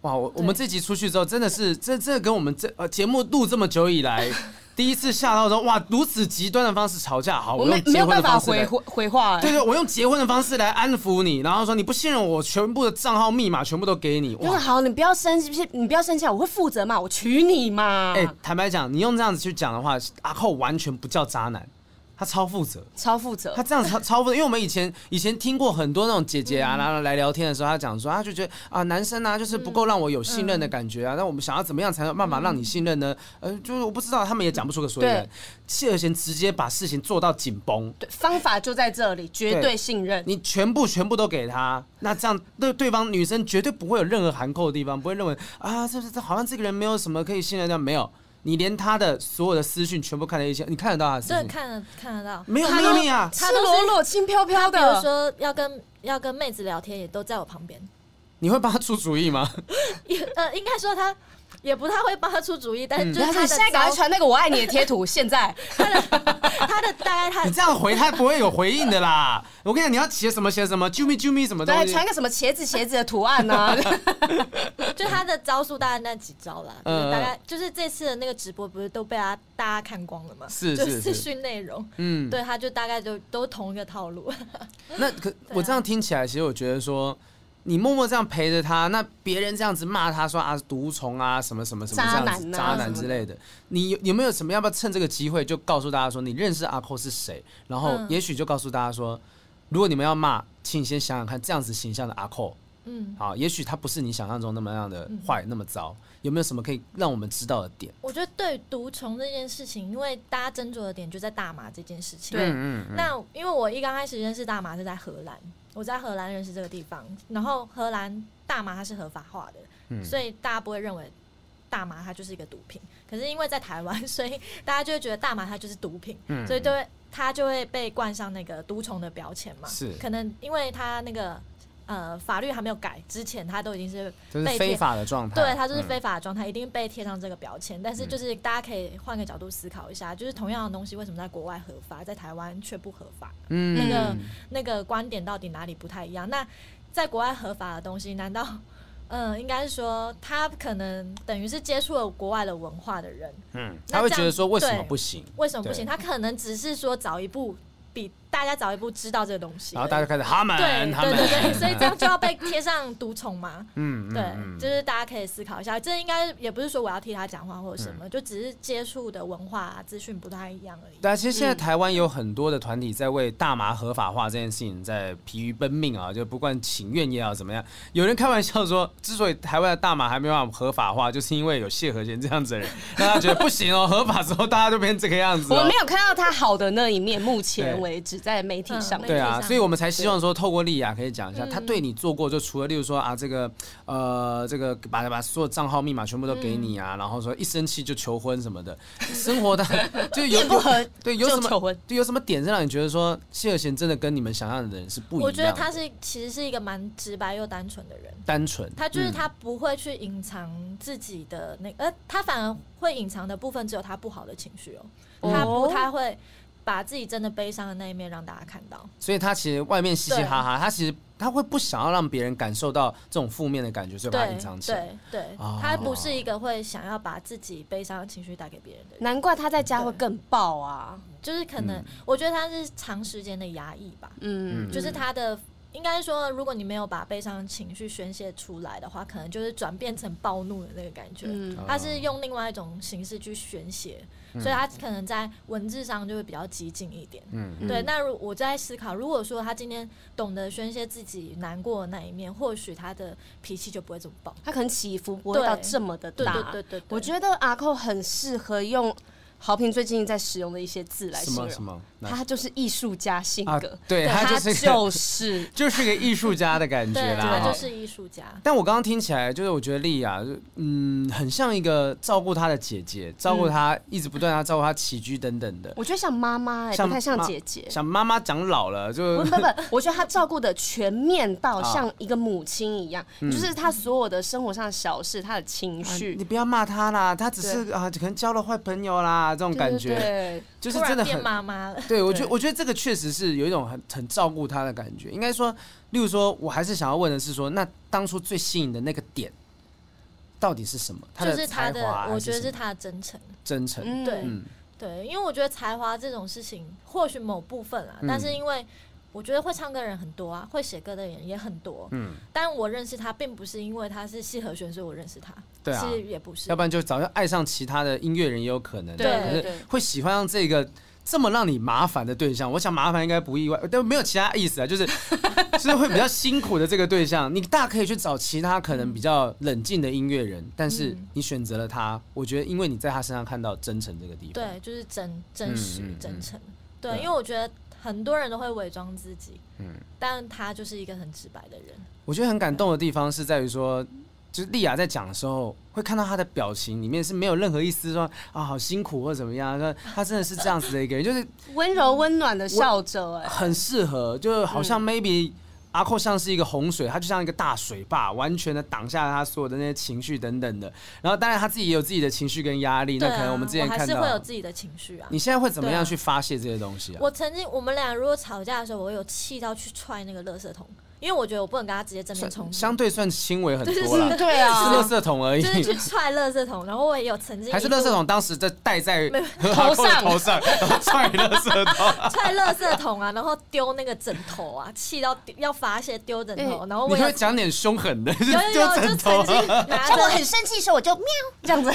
S1: 哇，我我们这集出去之后，真的是这这跟我们这呃节目录这么久以来，第一次吓到说哇，如此极端的方式吵架，好，
S3: 我
S1: 哦用
S3: 没没
S1: 结
S3: 有
S1: 婚
S3: 办
S1: 的
S3: 法
S1: 方式
S3: 回
S1: 来。
S3: 回回 话、
S1: 对
S3: 欸。
S1: 对，我用结婚的方式来安抚你，然后说你不信任我，全部的账号密码全部都给你。
S3: 就是
S1: 哇，
S3: 好，你不要生气，你不要生气啊，我会负责嘛，我娶你嘛。
S1: 哎、坦白讲，你用这样子去讲的话，阿寇完全不叫渣男，他超负责。
S3: 超负责
S1: 他。这样超超负责，因为我们以前以前听过很多那种姐姐啊，然后来聊天的时候，她讲说，她就觉得啊，男生啊，就是不够让我有信任的感觉啊。那、我们想要怎么样才能有办法让你信任呢？呃，就是我不知道，他们也讲不出个所以然
S3: 对。
S1: 谢尔贤直接把事情做到紧绷，
S3: 对，方法就在这里，绝
S1: 对
S3: 对信任。
S1: 你全部全部都给他，那这样对对方女生绝对不会有任何含扣的地方，不会认为啊，这这这好像这个人没有什么可以信任的，没有，你连他的所有的私讯全部看了一些，你看得到他的私
S2: 这
S1: 讯，
S2: 看得看得到，
S1: 没有
S3: 他都
S1: 秘密啊，
S3: 赤
S2: 他都是
S3: 裸裸、轻飘飘
S2: 他比如
S3: 的，
S2: 说要跟要跟妹子聊天，也都在我旁边，
S1: 你会帮他出主意吗？
S2: 也呃，应该说他也不太会帮他出主意，
S1: 嗯
S2: 但就是
S3: 然后
S2: 他
S3: 他
S2: 的
S3: 现在赶快
S2: 招
S3: 传那个“我爱你”的贴图，现在
S2: 他的大概他
S1: 你这样回他不会有回应的啦。我跟你讲，你要写什么写什么，啾咪啾咪什么东
S3: 对，
S1: 西。
S3: 传一个什么茄子茄子的图案呢、 啊？
S2: 就他的招数大概那几招啦，
S1: 嗯
S2: 就是大概就是这次的那个直播不是都被他大家看光了吗？
S1: 是
S2: 就是资
S1: 是
S2: 讯内容，
S1: 嗯，
S2: 对，他就大概就都同一个套路。
S1: 那可我这样听起来，其实我觉得说，你默默这样陪着他，那别人这样子骂他说啊毒虫啊什么什么什么这样子
S3: 渣男啊
S1: 渣男之类的，你有有没有什么要不要趁这个机会就告诉大家说你认识阿扣是谁，然后
S2: 嗯
S1: 也许就告诉大家说，如果你们要骂，请你先想想看这样子形象的阿扣。
S2: 嗯，
S1: 好，也许他不是你想象中那么样的坏，那么糟。有没有什么可以让我们知道的点？
S2: 我觉得对于毒虫这件事情，因为大家斟酌的点就在大麻这件事情。
S3: 对
S1: 嗯嗯
S2: 那因为我一刚开始认识大麻是在荷兰，我在荷兰认识这个地方，然后荷兰大麻它是合法化的，
S1: 嗯
S2: 所以大家不会认为大麻它就是一个毒品。可是因为在台湾， 所以大家就会觉得大麻它就是毒品，
S1: 嗯
S2: 所以就会它就会被冠上那个毒虫的标签嘛。
S1: 是
S2: 可能因为它那个呃法律还没有改之前，它都已经是
S1: 就是
S2: 被
S1: 非
S2: 贴
S1: 法的状态。
S2: 对，它就是
S1: 嗯
S2: 非法的状态，一定被贴上这个标签。但是就是大家可以换个角度思考一下，就是同样的东西为什么在国外合法，在台湾却不合法？
S1: 嗯
S2: 那个那个观点到底哪里不太一样？那在国外合法的东西，难道嗯，应该是说他可能等于是接触了国外的文化的人，
S1: 嗯，
S2: 那
S1: 他会
S2: 这
S1: 觉得
S2: 样
S1: 说为什么
S2: 对
S1: 不行，
S2: 为什么不
S1: 对
S2: 行？他可能只是说早一步比大家早一步知道这个东西而已，
S1: 然后大家就开始他们
S2: 对
S1: 他
S2: 对
S1: 们，
S2: 对 对，所以这样嗯就要被贴上毒虫嘛？
S1: 嗯嗯
S2: 对，
S1: 嗯
S2: 就是大家可以思考一下，这应该也不是说我要替他讲话或者什
S1: 嗯
S2: 么，就只是接触的文化啊资讯不太一样而已。
S1: 对啊，其实现在台湾有很多的团体在为大麻合法化这件事情在疲于奔命啊，就不管情愿也好怎么样。有人开玩笑说，之所以台湾的大麻还没办法合法化，就是因为有谢和弦这样子的人，让他觉得不行哦，合法之后大家就变这个样子、
S3: 我
S1: 哦
S3: 没。有看到他好的那一面，目前
S1: 对
S3: 为止在媒体上
S2: 嗯
S3: 面。
S1: 对啊，
S2: 媒体上
S1: 所以我们才希望说，透过莉亚可以讲一下，她对你做过，就除了例如说啊，这个呃，这个把把所有账号密码全部都给你
S2: 嗯
S1: 啊，然后说一生气就求婚什么的，生活的 就有
S3: 一言不合
S1: 有对有什
S3: 就求
S1: 么
S3: 婚
S1: 对有什么点是让你觉得说谢尔贤真的跟你们想象的人是不一样的？
S2: 我觉得他是其实是一个蛮直白又单纯的人。
S1: 单纯，
S2: 他就是
S1: 嗯
S2: 他不会去隐藏自己的那呃，他反而会隐藏的部分只有他不好的情绪哦，
S3: 哦
S2: 他不太会。把自己真的悲伤的那一面让大家看到。
S1: 所以他其实外面嘻嘻哈哈，他其实他会不想要让别人感受到这种负面的感觉，所以把它
S2: 对
S1: 隐藏起来。
S2: 对对
S1: 哦，
S2: 他不是一个会想要把自己悲伤的情绪带给别人的人，
S3: 难怪他在家会更爆啊。
S2: 就是可
S1: 嗯
S2: 能我觉得他是长时间的压抑吧，
S3: 嗯，
S2: 就是他的。应该说，如果你没有把悲伤情绪宣泄出来的话，可能就是转变成暴怒的那个感觉。
S3: 嗯
S2: 他
S1: 哦
S2: 是用另外一种形式去宣泄，所以他可能在文字上就会比较激进一点。
S1: 嗯，
S3: 嗯
S2: 对，那如我在思考，如果说他今天懂得宣泄自己难过的那一面，或许他的脾气就不会这么暴。
S3: 他可能起伏不会到这么的
S2: 对
S3: 大。
S2: 对对对对，
S3: 我觉得阿寇很适合用豪平最近在使用的一些字来
S1: 什
S3: 形
S1: 么什
S3: 容，
S1: 么？哪
S3: 他就是艺术家性
S1: 啊
S3: 格，，
S1: 对他就
S3: 他
S1: 是
S3: 就
S1: 个
S3: 是
S1: 就是个艺术家的感觉
S2: 对，
S1: 啦。
S2: 他
S1: 哈
S2: 就是艺术家。
S1: 但我刚刚听起来，就是我觉得莉亚，嗯，很像一个照顾她的姐姐，照顾她、
S2: 嗯
S1: 一直不断地照顾她起居等等的。
S3: 我觉得像妈妈哎、
S1: 像
S3: 不太像
S1: 妈
S3: 姐姐。
S1: 像妈妈长老了，
S3: 不
S1: 就
S3: 不不，我觉得她照顾的全面到
S1: 啊
S3: 像一个母亲一样，
S1: 嗯
S3: 就是她所有的生活上的小事，她的情绪
S1: 啊你，不要骂她啦，她只是啊，可能交了坏朋友啦，这种
S3: 对
S1: 感
S3: 对
S1: 觉
S3: 对
S1: 就是
S2: 突然
S1: 真的
S2: 变
S1: 很。
S2: 妈妈了，
S1: 对，我觉
S3: 对
S1: 我觉得这个确实是有一种很很照顾她的感觉。应该说，例如说，我还是想要问的是说，那当初最吸引的那个点到底是什么？她
S2: 就
S1: 的
S2: 是他
S1: 才
S2: 的
S1: 华还什，么，
S2: 我觉得是他的真诚。
S1: 真诚。
S3: 嗯
S2: 对
S1: 嗯
S2: 对，因为我觉得才华这种事情，或许某部分啦，
S1: 嗯
S2: 但是因为我觉得会唱歌的人很多啊，会写歌的人也很多。嗯，但我认识他，并不是因为他是谢和弦，所以我认识他。
S1: 对啊
S2: 其实也不是
S1: 要。不然就早就爱上其他的音乐人也有可能，
S3: 对
S1: 可
S3: 对
S1: 是
S3: 对
S1: 会喜欢上这个这么让你麻烦的对象。我想麻烦应该不意外，但没有其他意思啊，就是 就是会比较辛苦的这个对象，你大可以去找其他可能比较冷静的音乐人，但是
S3: 嗯
S1: 你选择了他，我觉得因为你在他身上看到真诚这个地方，
S2: 对，就是真真实、
S1: 嗯嗯
S2: 真诚。
S1: 对
S2: 对，
S1: 啊
S2: 因为我觉得很多人都会伪装自己，嗯，但他就是一个很直白的人。
S1: 我觉得很感动的地方是在于说。就是丽雅在讲的时候，会看到她的表情里面是没有任何一丝说啊好辛苦或怎么样，说她真的是这样子的一个人，就是
S3: 温柔温暖的笑着哎、
S1: 很适合，就好
S2: 嗯
S1: 像 maybe、阿寇像是一个洪水，它就像一个大水坝，完全的挡下了他所有的那些情绪等等的。然后当然他自己也有自己的情绪跟压力，
S2: 对
S1: 那
S2: 啊，
S1: 可能我们之前
S2: 还
S1: 看
S2: 是会有
S1: 到。
S2: 自己的情绪啊。
S1: 你现在会怎么
S2: 对
S1: 样
S2: 啊
S1: 去发泄这些东西啊？
S2: 我曾经我们俩如果吵架的时候，我有气到去踹那个垃圾桶，因为我觉得我不能跟他直接正面冲
S1: 算
S2: 突，
S1: 相对算轻微很多了，
S3: 对
S1: 是垃
S3: 啊，
S1: 圾桶而已
S2: 就，是去踹垃圾桶。然后我也有曾经
S1: 还是
S2: 一度
S1: 垃圾桶当时在戴在
S2: 没有
S1: 阿寇的
S3: 头
S1: 头上，然后踹垃圾桶。
S2: 踹垃圾桶啊，然后丢那个枕头啊，气到丢要发泄丢枕头，
S3: 对
S2: 然后
S1: 你 可不
S2: 我
S1: 可以
S2: 也。
S1: 讲点凶狠 的，就
S2: 有
S1: 是
S2: 有
S1: 丢
S2: 有，就
S1: 枕头啊
S2: 曾。经拿
S3: 在我
S2: 着
S3: 很生气的时候，我就喵这样子，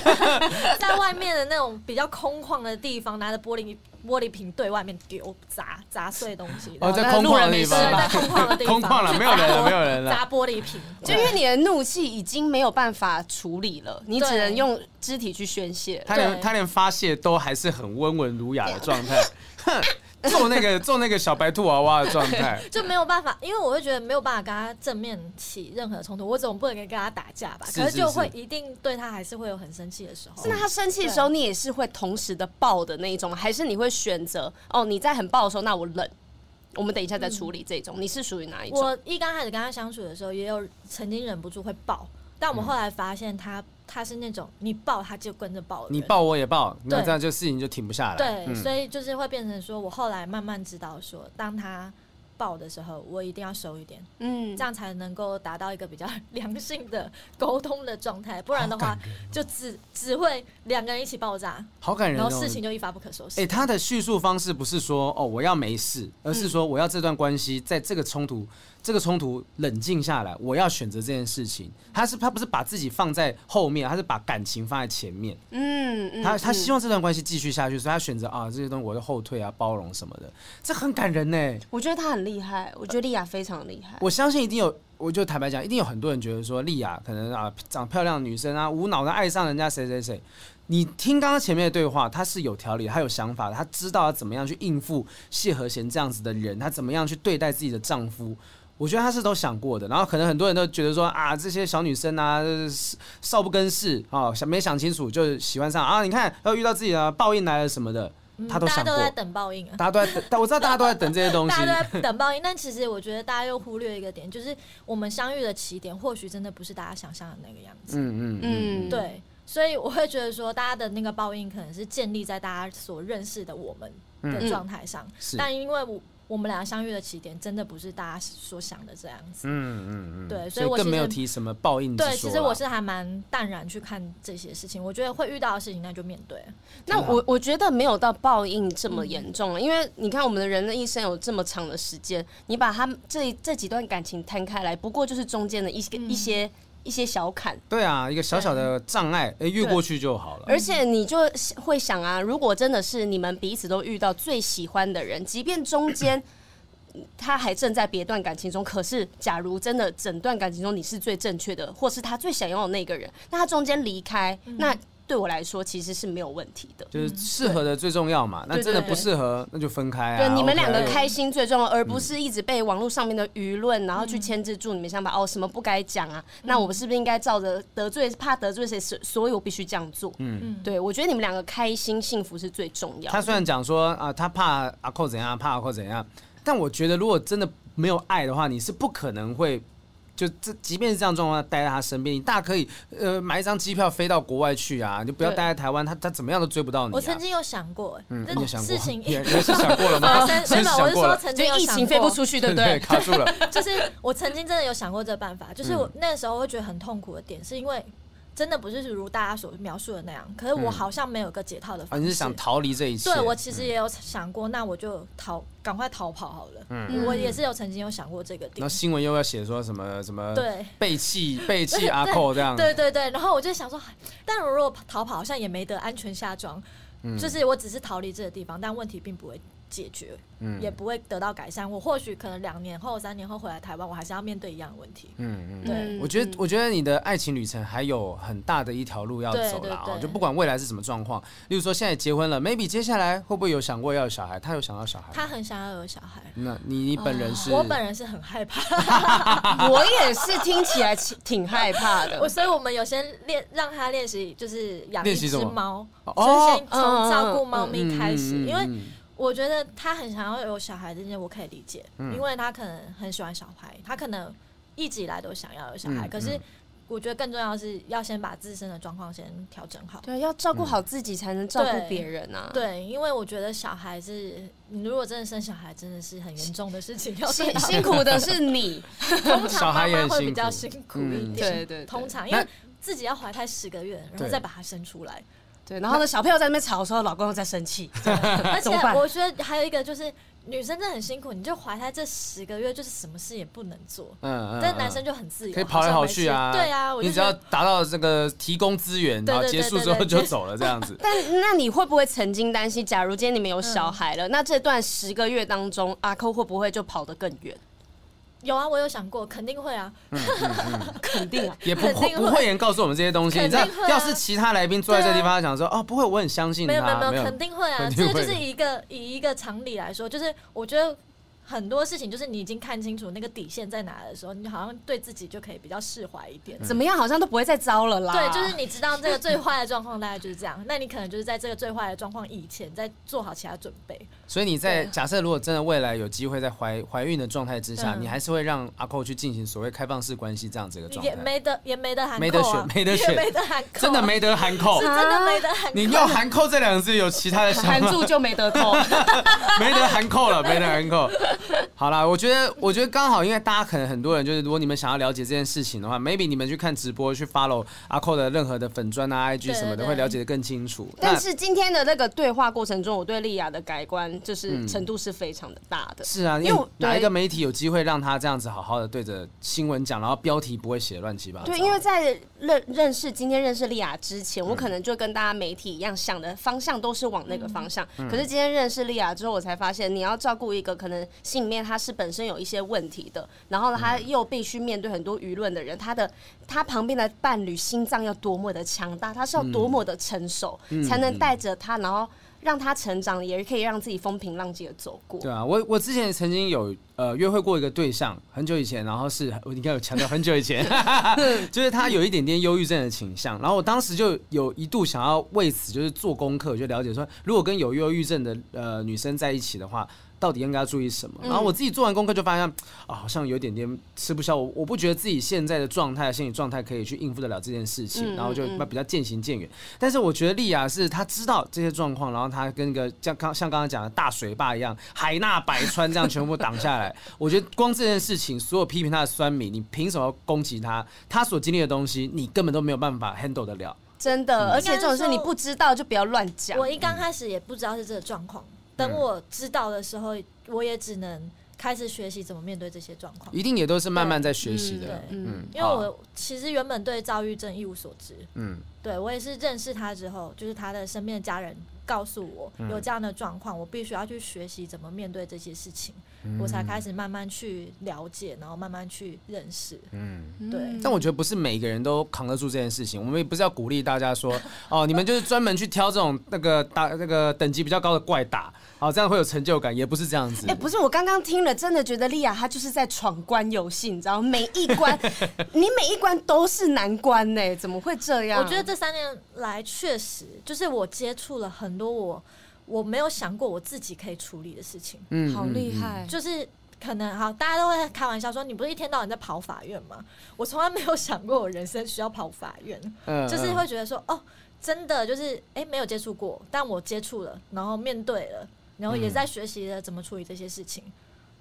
S2: 在外面的那种比较空旷的地方，拿着玻璃玻璃瓶对外面丢砸砸碎东西，
S1: 哦，
S2: 然后
S1: 在空旷的地
S2: 对
S1: 方
S2: 对，
S1: 吧
S2: 在，空旷的 地
S1: 空
S2: 方，
S1: 旷了，没有人了，没有人了。
S2: 砸玻璃瓶，
S3: 就因为你的怒气已经没有办法处理了，你只
S2: 对
S3: 能用肢体去宣泄了。
S1: 他连
S2: 对
S1: 他连发泄都还是很温文儒雅的状态，哼，做那 个做那个小白兔娃娃的状态，
S2: 就没有办法，因为我会觉得没有办法跟他正面起任何冲突，我总不能跟他打架吧？
S1: 是
S2: 可是就是会
S1: 是
S2: 一定对他还是会有很生气的时候
S3: 是。那他生气的时候，你也是会同时的爆的那一种吗？还是你会选择哦？你在很爆的时候，那我冷，我们等一下再处理这种。你是属于哪一种？
S2: 我一刚开始跟他相处的时候，也有曾经忍不住会爆，但我们后来发现他他是那种你爆他就跟着爆的人
S1: 你抱我也抱，那
S2: 对
S1: 这样就事情就停不下来。
S2: 对，
S1: 嗯
S2: 所以就是会变成说，我后来慢慢知道说，当他爆的时候，我一定要收一点，
S3: 嗯
S2: 这，样才能够达到一个比较良性的沟通的状态，不然的话就只只会两个人一起爆炸，
S1: 好哦感人
S2: 然
S1: 哦
S2: 后。事情就一发不可收拾。
S1: 哎，他的叙述方式不是说哦我要没事，而是说我要这段关系在这个冲突这个冲突冷静下来，我要选择这件事情。他是他不是把自己放在后面，他是把感情放在前面。
S3: 嗯嗯
S1: 他他
S3: 嗯
S1: 希望这段关系继续下去，所以他选择啊这些东西我就后退啊包容什么的，这很感人呢。
S3: 嗯我觉得他很厉害，我觉得莉亚非常厉害。
S1: 我相信一定有，我就坦白讲，一定有很多人觉得说，丽雅可能啊，长漂亮的女生啊，无脑的爱上人家谁谁谁。你听刚刚前面的对话，她是有条理的，她有想法的，她知道要怎么样去应付谢和弦这样子的人，她怎么样去对待自己的丈夫。我觉得她是都想过的，然后可能很多人都觉得说啊，这些小女生啊，呃少不更事啊，想没想清楚就喜欢上啊，你看要遇到自己的报应来了什么的，
S2: 嗯
S1: 她都
S2: 大家
S1: 想
S2: 都
S1: 过
S2: 在，等报应啊。
S1: 大家都在等，但我知道大家都在等这些东西
S2: 大，家都在等报应，但其实我觉得大家又忽略一个点，就是我们相遇的起点，或许真的不是大家想象的那个样子。
S1: 嗯嗯嗯，
S3: 嗯，
S2: 对，所以我会觉得说，大家的那个报应可能是建立在大家所认识的我们的状态上，
S1: 嗯是，
S2: 但因为我我们俩相遇的起点真的不是大家所想的这样子。
S1: 嗯嗯嗯，
S2: 对所
S1: 所
S2: 以我
S1: 更
S2: 其
S1: 没有
S2: 实
S1: 提什么报应之说啦。
S2: 对，其实我是还蛮淡然去看这些事情。我觉得会遇到的事情，那就面对。
S1: 嗯
S3: 那我我觉得没有到报应这么严重啊了，因为你看我们的人的一生有这么长的时间，你把他们这这几段感情摊开来，不过就是中间的一些、一些一些小坎。
S1: 对啊，一个小小的障碍，哎，越过去就好了。
S3: 而且你就会想啊，如果真的是你们彼此都遇到最喜欢的人，即便中间他还正在别段感情中，可是假如真的整段感情中你是最正确的，或是他最想要的那个人，那他中间离开，那对我来说其实是没有问题的。
S1: 就是适合的最重要嘛，那
S3: 对
S1: 真的
S3: 对
S1: 不
S3: 对
S1: 适合，那就分开啊。
S3: 对，你们两个
S1: OK
S3: 开心最重要，而不是一直被网络上面的舆论，然后去牵制住你们想法。哦，什么不该讲啊？那我们是不是应该照着得罪，怕得罪谁，所所以我必须这样做？嗯，对，我觉得你们两个开心幸福是最重要的。
S1: 他虽然讲说啊、他怕阿寇怎样，怕阿寇怎样，但我觉得如果真的没有爱的话，你是不可能会。就这，即便是这样状况下待在他身边，你大可以呃买一张机票飞到国外去啊，你就不要
S3: 对
S1: 待在台湾，他他怎么样都追不到你、啊。
S2: 我曾经有想过，
S1: 嗯，
S2: 真
S1: 你有
S2: 的
S1: 想过
S2: 事情，
S1: 你
S2: 一
S1: 也你也是想过了吗？
S2: 发生，
S1: 真
S2: 没
S1: 的
S2: 有，我
S1: 想
S2: 是
S1: 过
S2: 说
S1: 了，
S2: 曾
S3: 就
S2: 经有
S3: 疫
S2: 想
S3: 情飞不
S2: 过
S3: 出去，对 不
S1: 对，
S3: 对？
S1: 卡住了。
S2: 就是我曾经真的有想过这个办法，就是
S1: 嗯
S2: 我那时候会觉得很痛苦的点，是因为真的不是如大家所描述的那样，可是我好像没有一个解套的
S1: 啊，
S2: 方式。
S1: 嗯你是想逃嗯离这一切？
S2: 对我其实也有想过，那我就逃，赶快逃跑好了。
S3: 嗯
S2: 我也是有曾经有想过这个
S1: 然后
S2: 点，
S1: 新闻又要写说什么什么
S2: 对。
S1: 背 弃背弃阿寇这样，
S2: 对对对，然后我就想说，但我如果逃跑，好像也没得安全下装，
S1: 嗯
S2: 就是我只是逃离这个地方，但问题并不会解决，
S1: 嗯
S2: 也不会得到改善。我或许可能两年后、三年后回来台湾，我还是要面对一样的问题。
S1: 嗯嗯。
S2: 对
S3: 嗯
S1: 我觉得，我觉得你的爱情旅程还有很大的一条路要走啦、
S2: 对对
S1: 哦，
S2: 对
S1: 就不管未来是什么状况，例如说现在结婚了，maybe 接下来会不会有想过要有小孩？他有想要小孩吗？
S2: 他很想要有小孩，
S1: 那你你本人是？
S2: 我本人是很害怕，
S3: 我也是听起来挺挺害怕的
S2: 我。所以我们有先练让他练习，就是养
S1: 嗯
S2: 一
S1: 练习什
S2: 只
S1: 么
S2: 猫，就
S1: 哦
S2: 是先从照顾猫咪开始，
S1: 嗯嗯嗯
S2: 因为
S1: 嗯
S2: 我觉得他很想要有小孩这件我可以理解，
S1: 嗯
S2: 因为他可能很喜欢小孩，他可能一直以来都想要有小孩，
S1: 嗯
S2: 可是我觉得更重要的是要先把自身的状况先调整好。
S3: 对，要照顾好自己才能照顾
S2: 对
S3: 别人啊。，
S2: 对，因为我觉得小孩是，你如果真的生小孩，真的是很严重的事 情，要
S3: 辛
S2: 对
S3: 辛苦的是你。
S1: 小
S2: 通常
S1: 孩
S2: 妈
S1: 也
S2: 妈
S1: 很
S2: 会
S1: 辛
S2: 比较
S1: 苦
S2: 辛苦
S1: 嗯
S2: 一点，
S3: 对对对
S2: 通常因
S1: 那
S2: 为自己要怀胎十个月，然后
S1: 对
S2: 再把它生出 来。
S3: 对，然后呢，小朋友在那边吵的时候，老公又在生气。
S2: 而且
S3: 怎么办
S2: 我觉得还有一个就是，女生真的很辛苦，你就怀胎这十个月，就是什么事也不能做。
S1: 嗯嗯
S2: 但男生
S1: 嗯
S2: 就很自由，
S1: 可以跑来
S2: 好
S1: 跑
S2: 像没事
S1: 去啊，
S2: 对啊，我
S1: 你
S2: 就
S1: 只
S2: 觉
S1: 要
S2: 得
S1: 达到这个提供资源，
S2: 对
S1: 然后
S2: 对
S1: 结
S2: 对
S1: 束
S2: 对
S1: 之后
S2: 对
S1: 就
S2: 对
S1: 走了这样 子。
S3: 但那你会不会曾经担心，假如今天你们有小孩了，那这段十个月当中，阿扣会不会就跑得更远？
S2: 有啊，我有想过，肯定会啊，
S3: 肯定啊，
S1: 也不
S2: 肯定
S1: 不
S2: 会
S1: 会人告诉我们这些东西，你
S2: 肯
S1: 知
S2: 定
S1: 道
S2: 会，啊
S1: 要是其他来宾坐在这
S2: 对啊
S1: 地方他想说哦，不会，我很相信
S2: 没有没
S1: 他，
S2: 有没
S1: 没
S2: 有，肯定会啊，
S1: 肯定会
S2: 这个就
S1: 的
S2: 是一个以一个常理来说，就是我觉得。很多事情就是你已经看清楚那个底线在哪的时候，你好像对自己就可以比较释怀一点。
S3: 怎么样，好像都不会再招了啦。
S2: 对，就是你知道这个最坏的状况大概就是这样，那你可能就是在这个最坏的状况以前，再做好其他准备。
S1: 所以你在假设如果真的未来有机会在怀怀孕的状态之下，
S2: 嗯
S1: 你还是会让阿寇去进行所谓开放式关系这样子一个状
S2: 也
S1: 态，
S2: 没得也没得喊、啊，
S1: 没得 选没得选
S2: 也没得喊、
S1: 真的，没得含扣
S2: 是。
S3: 嗯
S2: 真的没得喊、啊
S1: 你用“含扣”这两个字有其他的想
S3: 含
S1: 法？
S3: 住就没得扣。
S1: 没得含扣了，没得含扣。好啦，我觉得，我觉得刚好，因为大家可能很多人就是，如果你们想要了解这件事情的话，maybe 你们去看直播，去 follow 阿寇的任何的粉砖啊、IG
S2: 对
S1: 什么的，
S2: 对
S1: 会了解的更清楚。
S3: 但
S1: 那
S3: 是今天的那个对话过程中，我对莉亚的改观就是程度是非常的大的。
S1: 是啊，因
S3: 因为
S1: 为
S3: 我
S1: 哪一
S3: 对
S1: 个媒体有机会让他这样子好好的对着新闻讲，然后标题不会写乱七八糟？
S3: 对，因为在认认识今天认识莉亚之前，
S1: 嗯
S3: 我可能就跟大家媒体一样想的方向都是往那
S2: 嗯
S3: 个方向。
S1: 嗯
S3: 可是今天认识莉亚之后，我才发现你要照顾一个可能心里面他是本身有一些问题的，然后呢他
S1: 嗯
S3: 又必须面对很多舆论的人，他的他旁边的
S1: 嗯
S3: 伴侣心脏要多么的强大，他是要多么的成熟，才能带着他，然后。让他成长，也可以让自己风平浪静的走过。
S1: 对啊，我我之前曾经有呃约会过一个对象，很久以前，然后是我应该有强调很久以前，就是他有一点点忧郁症的倾向，然后我当时就有一度想要为此就是做功课，就了解说如果跟有忧郁症的呃女生在一起的话。到底应该要注意什
S3: 嗯
S1: 么？然后我自己做完功课就发现，啊、好像有点点吃不消。我我不觉得自己现在的状态、心理状态可以去应付得了这件事情，
S3: 嗯
S1: 然后就比较渐行渐远。但是我觉得莉亚是她知道这些状况，然后她跟个像刚像刚刚讲的大水坝一样，海纳百川这样全部挡下来。 我觉得光这件事情，所有批评她的酸民，你凭什么要攻击她？她所经历的东西，你根本都没有办法 handle 得了。
S3: 真
S1: 嗯
S3: 的，而且这种事
S2: 应该是说
S3: 你不知道就不要乱讲。
S2: 我一刚开始也不知道是这个状况，
S1: 嗯
S2: 等我知道的时候，我也只能开始学习怎么面对这些状况。
S1: 一定也都是慢慢在学习
S2: 对
S1: 的，
S3: 嗯
S2: 因为我其实原本对躁郁症一无所知，
S1: 啊嗯，
S2: 对我也是认识他之后，就是他的身边的家人告诉我
S1: 嗯
S2: 有这样的状况，我必须要去学习怎么面对这些事情，
S1: 嗯
S2: 我才开始慢慢去了解，然后慢慢去认识。对
S3: 嗯
S1: 但我觉得不是每个人都扛得住这件事情，我们也不是要鼓励大家说，哦，你们就是专门去挑这种那个打那个等级比较高的怪打，好、这样会有成就感，也不是这样子。
S3: 哎、不是，我刚刚听了，真的觉得莉亚她就是在闯关游戏，你知道吗？每一 关，你每一关都是难关呢、怎么会这样？
S2: 我觉得这三年来确实就是我接触了很多我我没有想过我自己可以处理的事情，
S1: 嗯
S3: 好厉。害，
S2: 就是。可能好，大家都会开玩笑说，你不是一天到晚在跑法院吗？我从来没有想过我人生需要跑法院，
S1: 嗯
S2: 就是会觉得说，哦，真的就是哎、诶没有接触过，但我接触了，然后面对了，然
S1: 嗯
S2: 后也在学习了怎么处理这些事情，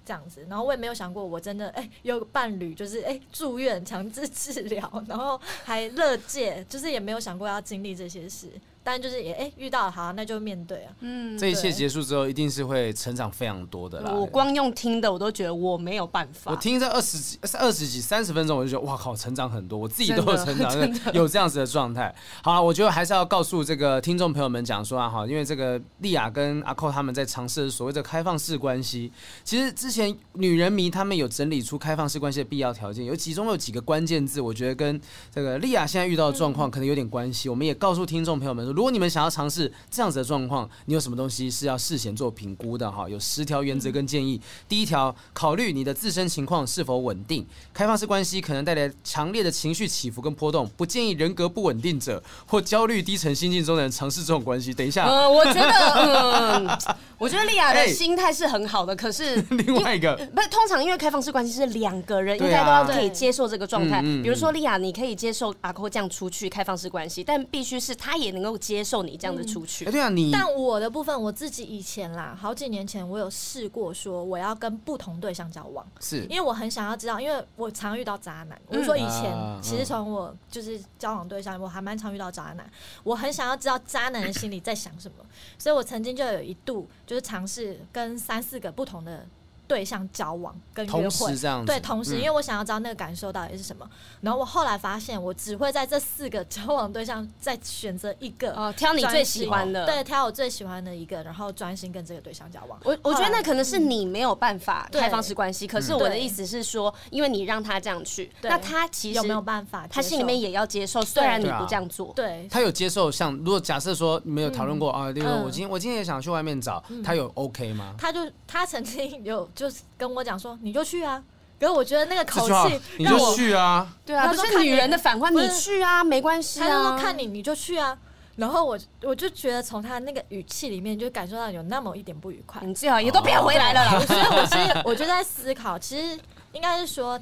S2: 这样子。然后我也没有想过，我真的哎、诶有个伴侣，就是哎、诶住院强制治 疗，然后还乐界，就是也没有想过要经历这些事。但就是也哎、诶遇到了，好啊、那就面对啊。
S3: 嗯，
S1: 这一切结束之后，一定是会成长非常多的啦。
S3: 我光用听的，我都觉得我没有办法。
S1: 我听这二十几、二十几、三十分钟，我就觉得哇靠，成长很多，我自己都有
S3: 真的
S1: 成长，有这样子的状态。好了，我觉得还是要告诉这个听众朋友们讲说啊，哈，因为这个丽亚跟阿寇他们在尝试所谓的开放式关系。其实之前女人迷他们有整理出开放式关系的必要条件，有其中有几个关键字，我觉得跟这个丽亚现在遇到的状
S2: 嗯
S1: 况可能有点关系。我们也告诉听众朋友们说，如果你们想要尝试这样子的状况，你有什么东西是要事先做评估的哈？有十条原则跟建议。
S2: 嗯
S1: 第一条，考虑你的自身情况是否稳定。开放式关系可能带来强烈的情绪起伏跟波动，不建议人格不稳定者或焦虑低沉心境中的人尝试这种关系。等一下，
S3: 呃，我 觉得，嗯，我觉得莉亚的
S1: 哎
S3: 心态是很好的，可是
S1: 另外一个
S3: 不是，通常因为开放式关系是两个人应
S1: 哎对啊
S3: 该都要可以接受这个状态。
S1: 嗯嗯嗯
S3: 比如说莉亚，你可以接受阿扣这样出去开放式关系，但必须是他也能够接受你这样的出去
S1: 哎、。对啊，你
S2: 但我的部分，我自己以前啦，好几年前我有试过说我要跟不同对象交往。
S1: 是
S2: 因为我很想要知道，因为我常遇到渣男。我
S3: 嗯
S2: 说以前
S1: 啊，
S2: 其实从我就是交往对象，我还蛮常遇到渣男。我很想要知道渣男的心里在想什么，所以我曾经就有一度就是尝试跟三四个不同的对象交往跟约
S1: 同
S2: 会
S1: 时。这样子，
S2: 对，同时，因
S1: 嗯
S2: 为我想要知道那个感受到底是什么，然后我后来发现，我只会在这四个交往对象再选择一个，
S3: 哦，挑你最喜欢的。
S2: 对，挑我最喜欢的一个，然后专心跟这个对象交往。
S3: 我我觉得那可能是你没有办法
S2: 对
S3: 开放式关系，可是我的
S2: 对
S3: 意思是说，因为你让他这样去，
S2: 对
S3: 那他其实
S2: 有没有办法接受？
S3: 他心里面也要接受，虽然你不这样做。
S2: 对，
S1: 他有接受像，如果假设说你们有讨论过、啊，例如说
S2: 嗯
S1: 我今天我今天也想去外面找，他有 OK 吗？
S2: 他就他曾经有就是跟我讲说，你就去啊。可是我觉得那个
S1: 这
S2: 口
S1: 句话
S2: 气
S1: 你
S2: 让
S1: 就
S2: 我，
S1: 去啊，
S3: 对啊，
S2: 他
S3: 可
S2: 说
S3: 是女人的反话，
S2: 不是
S3: 你去啊，没关系
S2: 他就说
S3: 啊。
S2: 看你你就去啊。然后我我就觉得从他那个语气里面就感受到有那么一点不愉快，
S3: 你最好也
S1: 哦
S3: 都别回来了啦。
S2: 所以我其实我就在思考，其实应该是说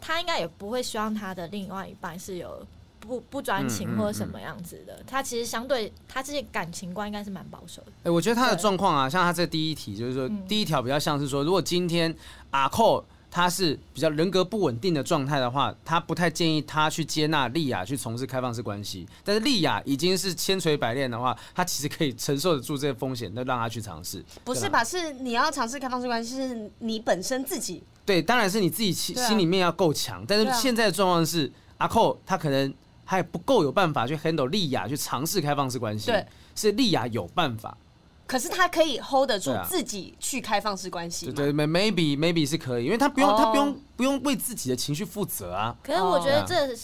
S2: 他应该也不会希望他的另外一半是有不不专
S1: 嗯嗯
S2: 情或者什么样子的。他其实相对他这些感情观应该是蛮保守的。
S1: 哎、我觉得他的
S2: 对
S1: 状况啊，像他这第一题，就是说、
S2: 嗯
S1: 第一条比较像是说，如果今天阿寇他是比较人格不稳定的状态的话，他不太建议他去接纳丽亚去从事开放式关系。但是丽亚已经是千锤百炼的话，他其实可以承受得住这些风险，那让他去尝试。
S3: 不是
S1: 对吧啊
S3: 吧？是你要尝试开放式关系，是你本身自己
S1: 对，当然是你自己心
S3: 对啊
S1: 心里面要够强，但是
S3: 对啊
S1: 现在的状况是，阿寇他可能还不够有办法去 handle 莉亚去尝试开放式关系，
S3: 对，
S1: 是莉亚有办法，
S3: 可是他可以 hold 得住
S1: 对啊
S3: 自己去开放式关系
S1: 对
S3: 嘛，
S1: 对，maybe maybe 是可以，因为他不用、他不
S3: 哦
S1: 用不用为自己的情绪负责啊，
S2: 可是我觉得这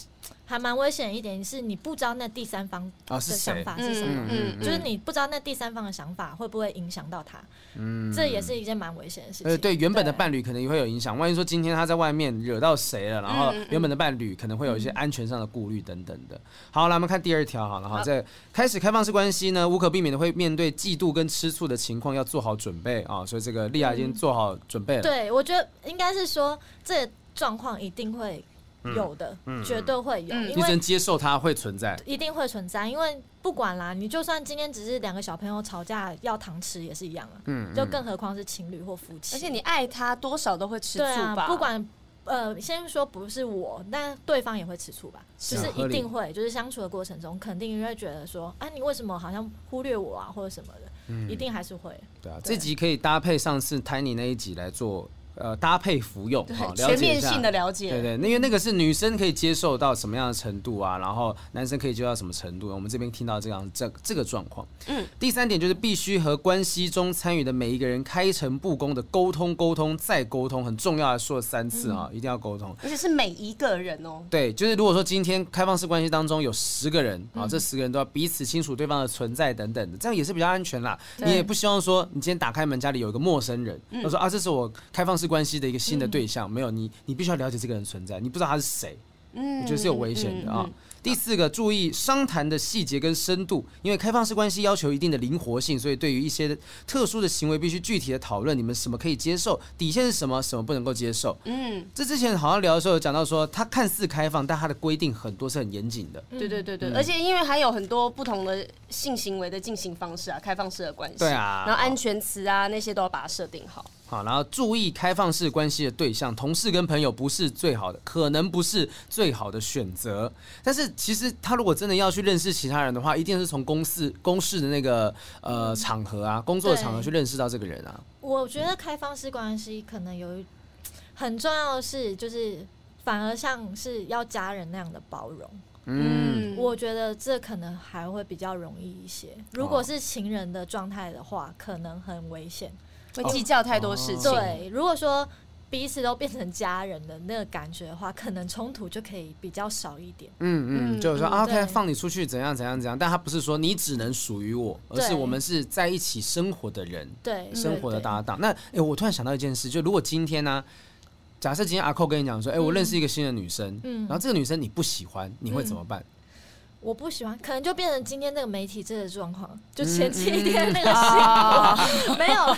S2: 还蛮危险一点，是你不知道那第三方
S1: 啊
S2: 的
S1: 是
S2: 想
S1: 谁？
S2: 法是什么，
S3: 嗯嗯，
S2: 就是你不知道那第三方的想法会不会影响到他，
S1: 嗯，
S2: 这也是一件蛮危险的事
S1: 呃，
S2: 情。
S1: 对原本的
S2: 对
S1: 伴侣可能也会有影响。万一说今天他在外面惹到谁了，然后
S3: 嗯嗯嗯嗯
S1: 原本的伴侣可能会有一些安全上的顾虑等等的。好，来我们看第二条好了哈。在开始开放式关系呢，无可避免的会面对嫉妒跟吃醋的情况，要做好准备啊。所以这个莉亚已
S3: 嗯
S1: 经做好准备了。
S2: 对，我觉得应该是说这状况一定会
S1: 嗯
S2: 有的，绝对会有，
S3: 嗯
S2: 因
S1: 你只
S2: 为
S1: 能接受它会存在。
S2: 一定会存在。因为不管啦，你就算今天只是两个小朋友吵架要糖吃也是一样啊，
S1: 嗯，
S2: 就
S1: 嗯
S2: 更何况是情侣或夫妻。
S3: 而且你爱他多少都会吃醋
S2: 对啊
S3: 吧，，
S2: 不管。呃，先说不是我，但对方也会吃醋吧，
S1: 是
S2: 就
S1: 啊
S2: 是
S1: 合
S2: 一
S1: 理
S2: 定会，就是相处的过程中，肯定会觉得说，啊，你为什么好像忽略我啊，或者什么的，
S1: 嗯
S2: 一定还是会。
S1: 对啊，这
S2: 对
S1: 集可以搭配上次 Tiny 那一集来做，呃，搭配服用，好，
S3: 对
S1: 了
S3: 全
S1: 解一
S3: 面
S1: 下
S3: 性的了解，
S1: 对对，那因为那个是女生可以接受到什么样的程度啊，然后男生可以接受到什么程度，我们这边听到这样这这个状况。嗯，第三点就是必须和关系中参与的每一个人开诚布公的沟通，沟通再沟通，很重要的说了三次啊，一定要沟通。
S3: 而且是每一个人哦，
S1: 对，就是如果说今天开放式关系当中有十个人啊，这十个人都要彼此清楚对方的存在等等的，这样也是比较安全啦。
S2: 对
S1: 你也不希望说你今天打开门家里有一个陌生人，他说啊这是我开放式关系的一个新的对象，没有你你必须要了解这个人存在，你不知道他是谁，
S3: 嗯，
S1: 我觉得是有危险的啊。
S3: 嗯嗯
S1: 第四个，注意商谈的细节跟深度，因为开放式关系要求一定的灵活性，所以对于一些特殊的行为，必须具体的讨论，你们什么可以接受，底线是什么，什么不能够接受。
S3: 嗯，
S1: 这之前好像聊的时候有讲到说，它看似开放，但它的规定很多是很严谨的。
S3: 嗯对对对对，而且因为还有很多不同的性行为的进行方式啊，开放式的关系，
S1: 对啊
S3: 然后安全词啊那些都要把它设定好，
S1: 好，然后注意开放式关系的对象，同事跟朋友不是最好的，可能不是最好的选择。但是其实他如果真的要去认识其他人的话，一定是从公司公事的那个呃场合啊，工作的场合
S2: 对
S1: 去认识到这个人啊。
S2: 我觉得开放式关系可能有一很重要的是，就是反而像是要家人那样的包容。
S1: 嗯，
S2: 我觉得这可能还会比较容易一些。如
S1: 哦
S2: 果是情人的状态的话，可能很危险。
S3: 会计较太多事情，
S2: 嗯对，如果说彼此都变成家人的那个感觉的话，可能冲突就可以比较少一点。
S1: 嗯嗯，就是说、
S3: 嗯
S1: 啊
S2: 对
S1: OK，放你出去怎样怎样怎样，但他不是说你只能属于我，而是
S2: 对
S1: 我们是在一起生活的人，
S2: 对，
S1: 生活的
S2: 对
S1: 搭档。那哎、诶我突然想到一件事，就如果今天呢、假设今天阿寇跟你讲说，哎、我认识一个新的女生，
S2: 嗯
S1: 然后这个女生你不喜欢，你会怎么办？
S2: 我不喜欢，可能就变成今天那个媒体这个状况，就前几天那个新 闻，没有，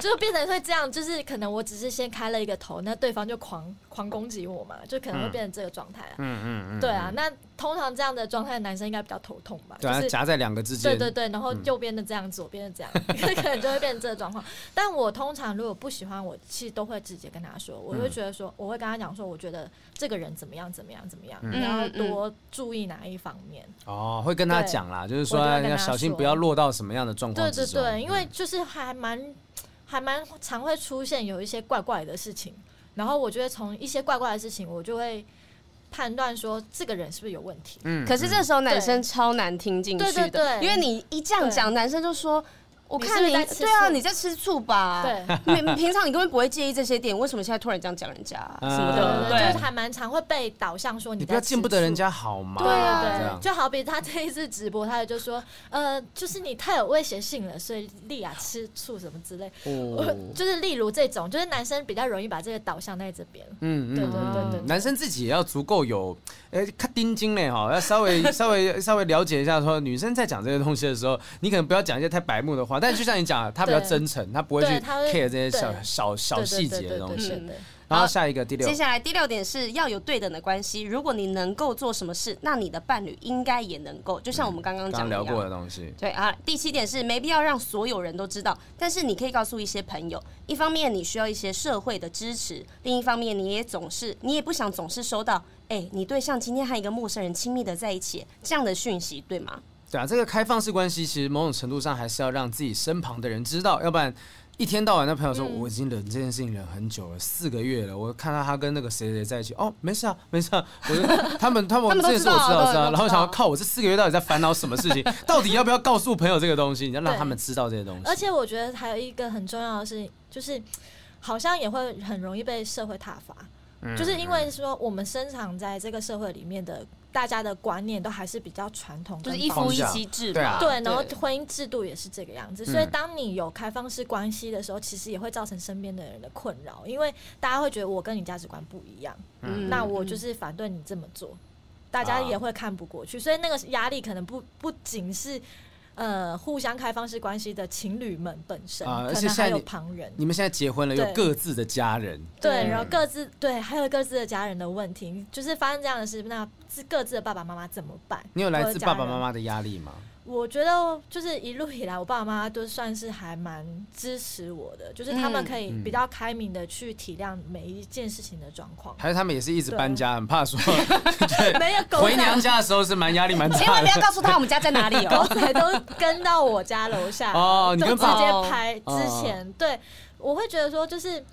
S2: 就变成会这样，就是可能我只是先开了一个头，那对方就狂狂攻击我嘛，就可能会变成这个状态、啊。
S1: 嗯嗯嗯，
S2: 对啊，那通常这样的状态，男生应该比较头痛吧？
S1: 对啊，
S2: 就是
S1: 夹在两个之间，嗯
S2: 对对对，然后右边的这样，左边的这样， 可能就会变成这个状况。但我通常如果不喜欢，我其实都会直接跟他
S1: 嗯
S2: 说，我会觉得说，我会跟他讲说，我觉得这个人怎么样怎么样怎么
S1: 嗯
S2: 样，你要多注意哪一方面。
S1: 哦，会跟他讲啦，就是
S2: 我
S1: 说
S2: 就会
S1: 你
S2: 跟
S1: 要
S2: 他
S1: 小心
S2: 说
S1: 不要落到什么嗯样的状况
S2: 对
S1: 之
S2: 对
S1: 中。
S2: 对，因为就是还蛮还蛮常会出现有一些怪怪的事情，然后我就会从一些怪怪的事情，我就会判断说这个人是不是有问题。
S1: 嗯
S3: 可是这时候男生超难听进去的，
S2: 对对对
S3: 因为你一这样讲，男生就说。我看
S2: 你是不是在吃醋
S3: 对啊，你在吃醋吧？
S2: 对，
S3: 你平常你根本不会介意这些点，为什么现在突然这样讲人家啊
S1: 嗯
S3: 什么
S2: 对
S3: 的？
S2: 对，
S1: 对
S2: 就是还蛮常会被导向说
S1: 你
S2: 在
S1: 不要见不得人
S2: 吃醋
S1: 家好吗？
S2: 对
S1: 这
S2: 啊，
S1: 样哦
S2: 对，就好比他这一次直播，他就说，呃，就是你太有威胁性了，所以莉亚吃醋什么之类，我
S1: 哦，
S2: 就是例如这种，就是男生比较容易把这个导向在这边。
S1: 嗯，
S2: 对
S1: 嗯
S2: 对对对对
S1: 男生自己也要足够有，呃、看丁精嘞哈，要稍 微稍微稍微了解一下说女生在讲这些东西的时候，你可能不要讲一些太白目的话，但就像你讲，她比较
S2: 对
S1: 真诚，她不会去
S2: 对她会
S1: care 这些小
S2: 对
S1: 小小
S2: 对
S1: 细
S2: 对对
S1: 节的
S2: 对
S1: 东
S2: 对
S1: 西。嗯
S2: 对对
S1: 然后下一个第六
S3: 接，下来第六点是要有对等的关系，如果你能够做什么事，那你的伴侣应该也能够，就像我们刚
S1: 刚
S3: 刚
S1: 刚
S3: 讲的
S1: 聊
S3: 一样
S1: 过的东西，
S3: 对啊，第七点是没必要让所有人都知道，但是你可以告诉一些朋友。一方面你需要一些社会的支持，另一方面你也总是你也不想总是收到，哎、你对象今天和一个陌生人亲密的在一起这样的讯息，对吗？
S1: 对啊，这个开放式关系其实某种程度上还是要让自己身旁的人知道，要不然一天到晚那朋友说、我已经忍这件事情忍很久了，四个月了，我看到他跟那个谁谁在一起，哦，没事啊，没事啊，我就他们他们
S3: 他们都
S1: 这件事我知道知
S3: 知道对
S1: 道，
S3: 都知道
S1: 然后想要靠我这四个月到底在烦恼什么事 情，到底要不要告诉朋友这个东西，你要让
S2: 对
S1: 他们知道这些东
S2: 而
S1: 西，
S2: 且我觉得还有一个很重要的事情，就是好像也会
S1: 嗯
S2: 很容易被社会挞伐，就是因为说我们生长在这个社会里面的大家的观念都还是比较传统
S3: 就
S2: 跟保守，
S3: 是一夫一妻制
S1: 对啊
S3: 嘛，
S2: 对，然 后婚姻制度也是这个样子，所以
S1: 嗯
S2: 当你有开放式关系的时候，其实也会造成身边的人的困扰，因为大家会觉得我跟你价值观不一样，
S3: 嗯
S2: 那我就是反对你这么
S1: 嗯
S2: 做，大家也会看不过去，所以那个压力可能不不仅是呃互相开放式关系的情侣们本身，
S1: 啊而
S2: 可
S1: 且
S2: 能
S1: 现在
S2: 还有
S1: 你
S2: 旁人。
S1: 你们现在结婚了，有
S2: 对
S1: 各自的家人，
S2: 对，
S3: 嗯
S2: 然后各自对，还有各自的家人的问题，就是发生这样的事，那自各自的爸爸妈妈怎么办？
S1: 你有来
S2: 或
S1: 自
S2: 者
S1: 爸爸
S2: 家人
S1: 妈妈的压力吗？
S2: 我觉得就是一路以来，我爸爸妈妈都算是还蛮支持我的，就是他们可以
S1: 嗯
S2: 比较开明的去体谅每一件事情的状况。
S1: 还是他们也是一直
S2: 对
S1: 搬家，很怕 说
S2: 没有狗
S1: 回娘
S2: 仔，
S1: 家的时候是蛮压力蛮
S3: 千
S1: 大
S3: 万不
S1: 的
S3: 要。告诉他我们家在哪里
S2: 狗
S3: 哦。
S2: 仔都跟到我家楼 下，
S1: 哦你
S2: 就
S1: 跟
S2: 直
S1: 爸
S2: 接拍。
S1: 哦
S2: 之前对，我会觉得说就是。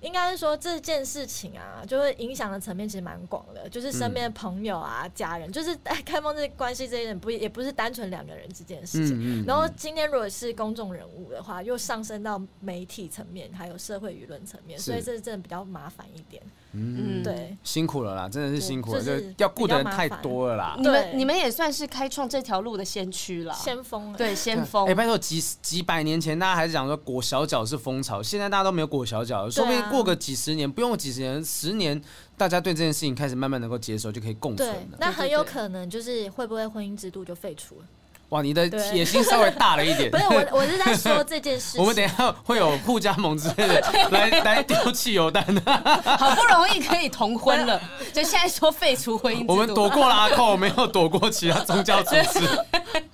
S2: 应该是说这件事情啊，就会影响的层面其实蛮广的，就是身边的朋友啊、家人，就是哎开放这关系这一点不也不是单纯两个人之间的事情，
S1: 嗯
S2: 然后今天如果是公众人物的话，又上升到媒体层面，还有社会舆论层面，
S1: 是
S2: 所以这真的比较麻烦一点。
S1: 嗯，
S3: 嗯，。
S2: 对，
S1: 辛苦了啦，真的是辛苦了，
S2: 就是
S1: 就要顾的人
S2: 比较麻
S1: 太
S2: 烦
S1: 多了啦。
S3: 你们
S2: 对
S3: 你们也算是开创这条路的先驱了，
S2: 先锋啊，
S3: 对先锋
S1: 哎、。拜托，几几百年前大家还是讲说裹小脚是风潮，现在大家都没有裹小脚
S2: 啊
S1: 了，说不定过个几十年，不用几十年，十年，大家对这件事情开始慢慢能够接受，就可以共存
S2: 对，
S1: 了。
S2: 那很有可能就是会不会婚姻制度就废除了？
S1: 哇，你的
S2: 对
S1: 野心稍微大了一点
S2: 不。是我，我是在说这件事 情。
S1: 我们等一下会有互加盟之类 的来来丢汽油弹的，
S3: 好不容易可以同婚了，就现在说废除婚姻制度，
S1: 我们躲过了阿寇，没有躲过其他宗教组织。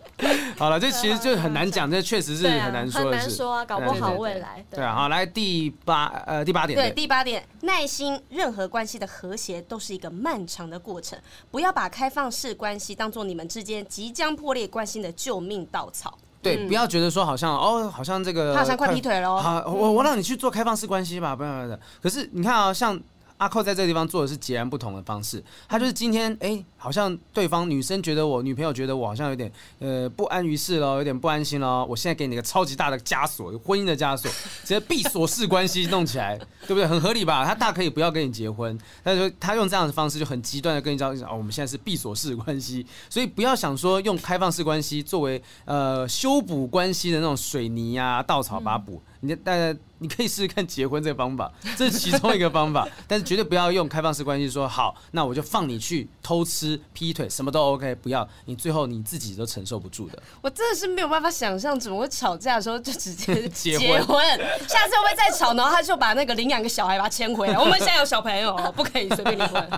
S1: 好了，这其实就很难讲，这确实是
S2: 对啊
S1: 很难说
S2: 很
S1: 的
S2: 难
S1: 事。
S2: 说啊，搞不
S1: 对对
S2: 好
S1: 对
S2: 未来。
S1: 对啊，好，来第八呃第八点，
S3: 对，第八点，耐心，任何关系的和谐都是一个漫长的过程，不要把开放式关系当做你们之间即将破裂关系的救命稻草。
S1: 对，不要觉得说好像哦，好像这个
S3: 嗯他好像快劈腿了哦
S1: 好，我我让你去做开放式关系吧，不要不要。可是你看啊，像阿寇在这个地方做的是截然不同的方式，他就是今天哎、好像对方女生觉得我女朋友觉得我好像有点呃不安于世咯，有点不安心咯。我现在给你一个超级大的枷锁，婚姻的枷锁，直接闭锁式关系弄起来，对不对？很合理吧？他大可以不要跟你结婚，但是他用这样的方式就很极端的跟你讲哦，我们现在是闭锁式关系，所以不要想说用开放式关系作为呃修补关系的那种水泥啊、稻草把它补。你大家你可以试试看结婚这个方法，这是其中一个方法，但是绝对不要用开放式关系说好，那我就放你去偷吃、劈腿，什么都 OK，不要，你最后你自己都承受不住的。
S3: 我真的是没有办法想象，怎么会吵架的时候就直 接
S1: 结婚
S3: 婚？下次会不会再吵？然后他就把那个领养个小孩把他牵回来。我们现在有小朋友哦，不可以随便离 婚。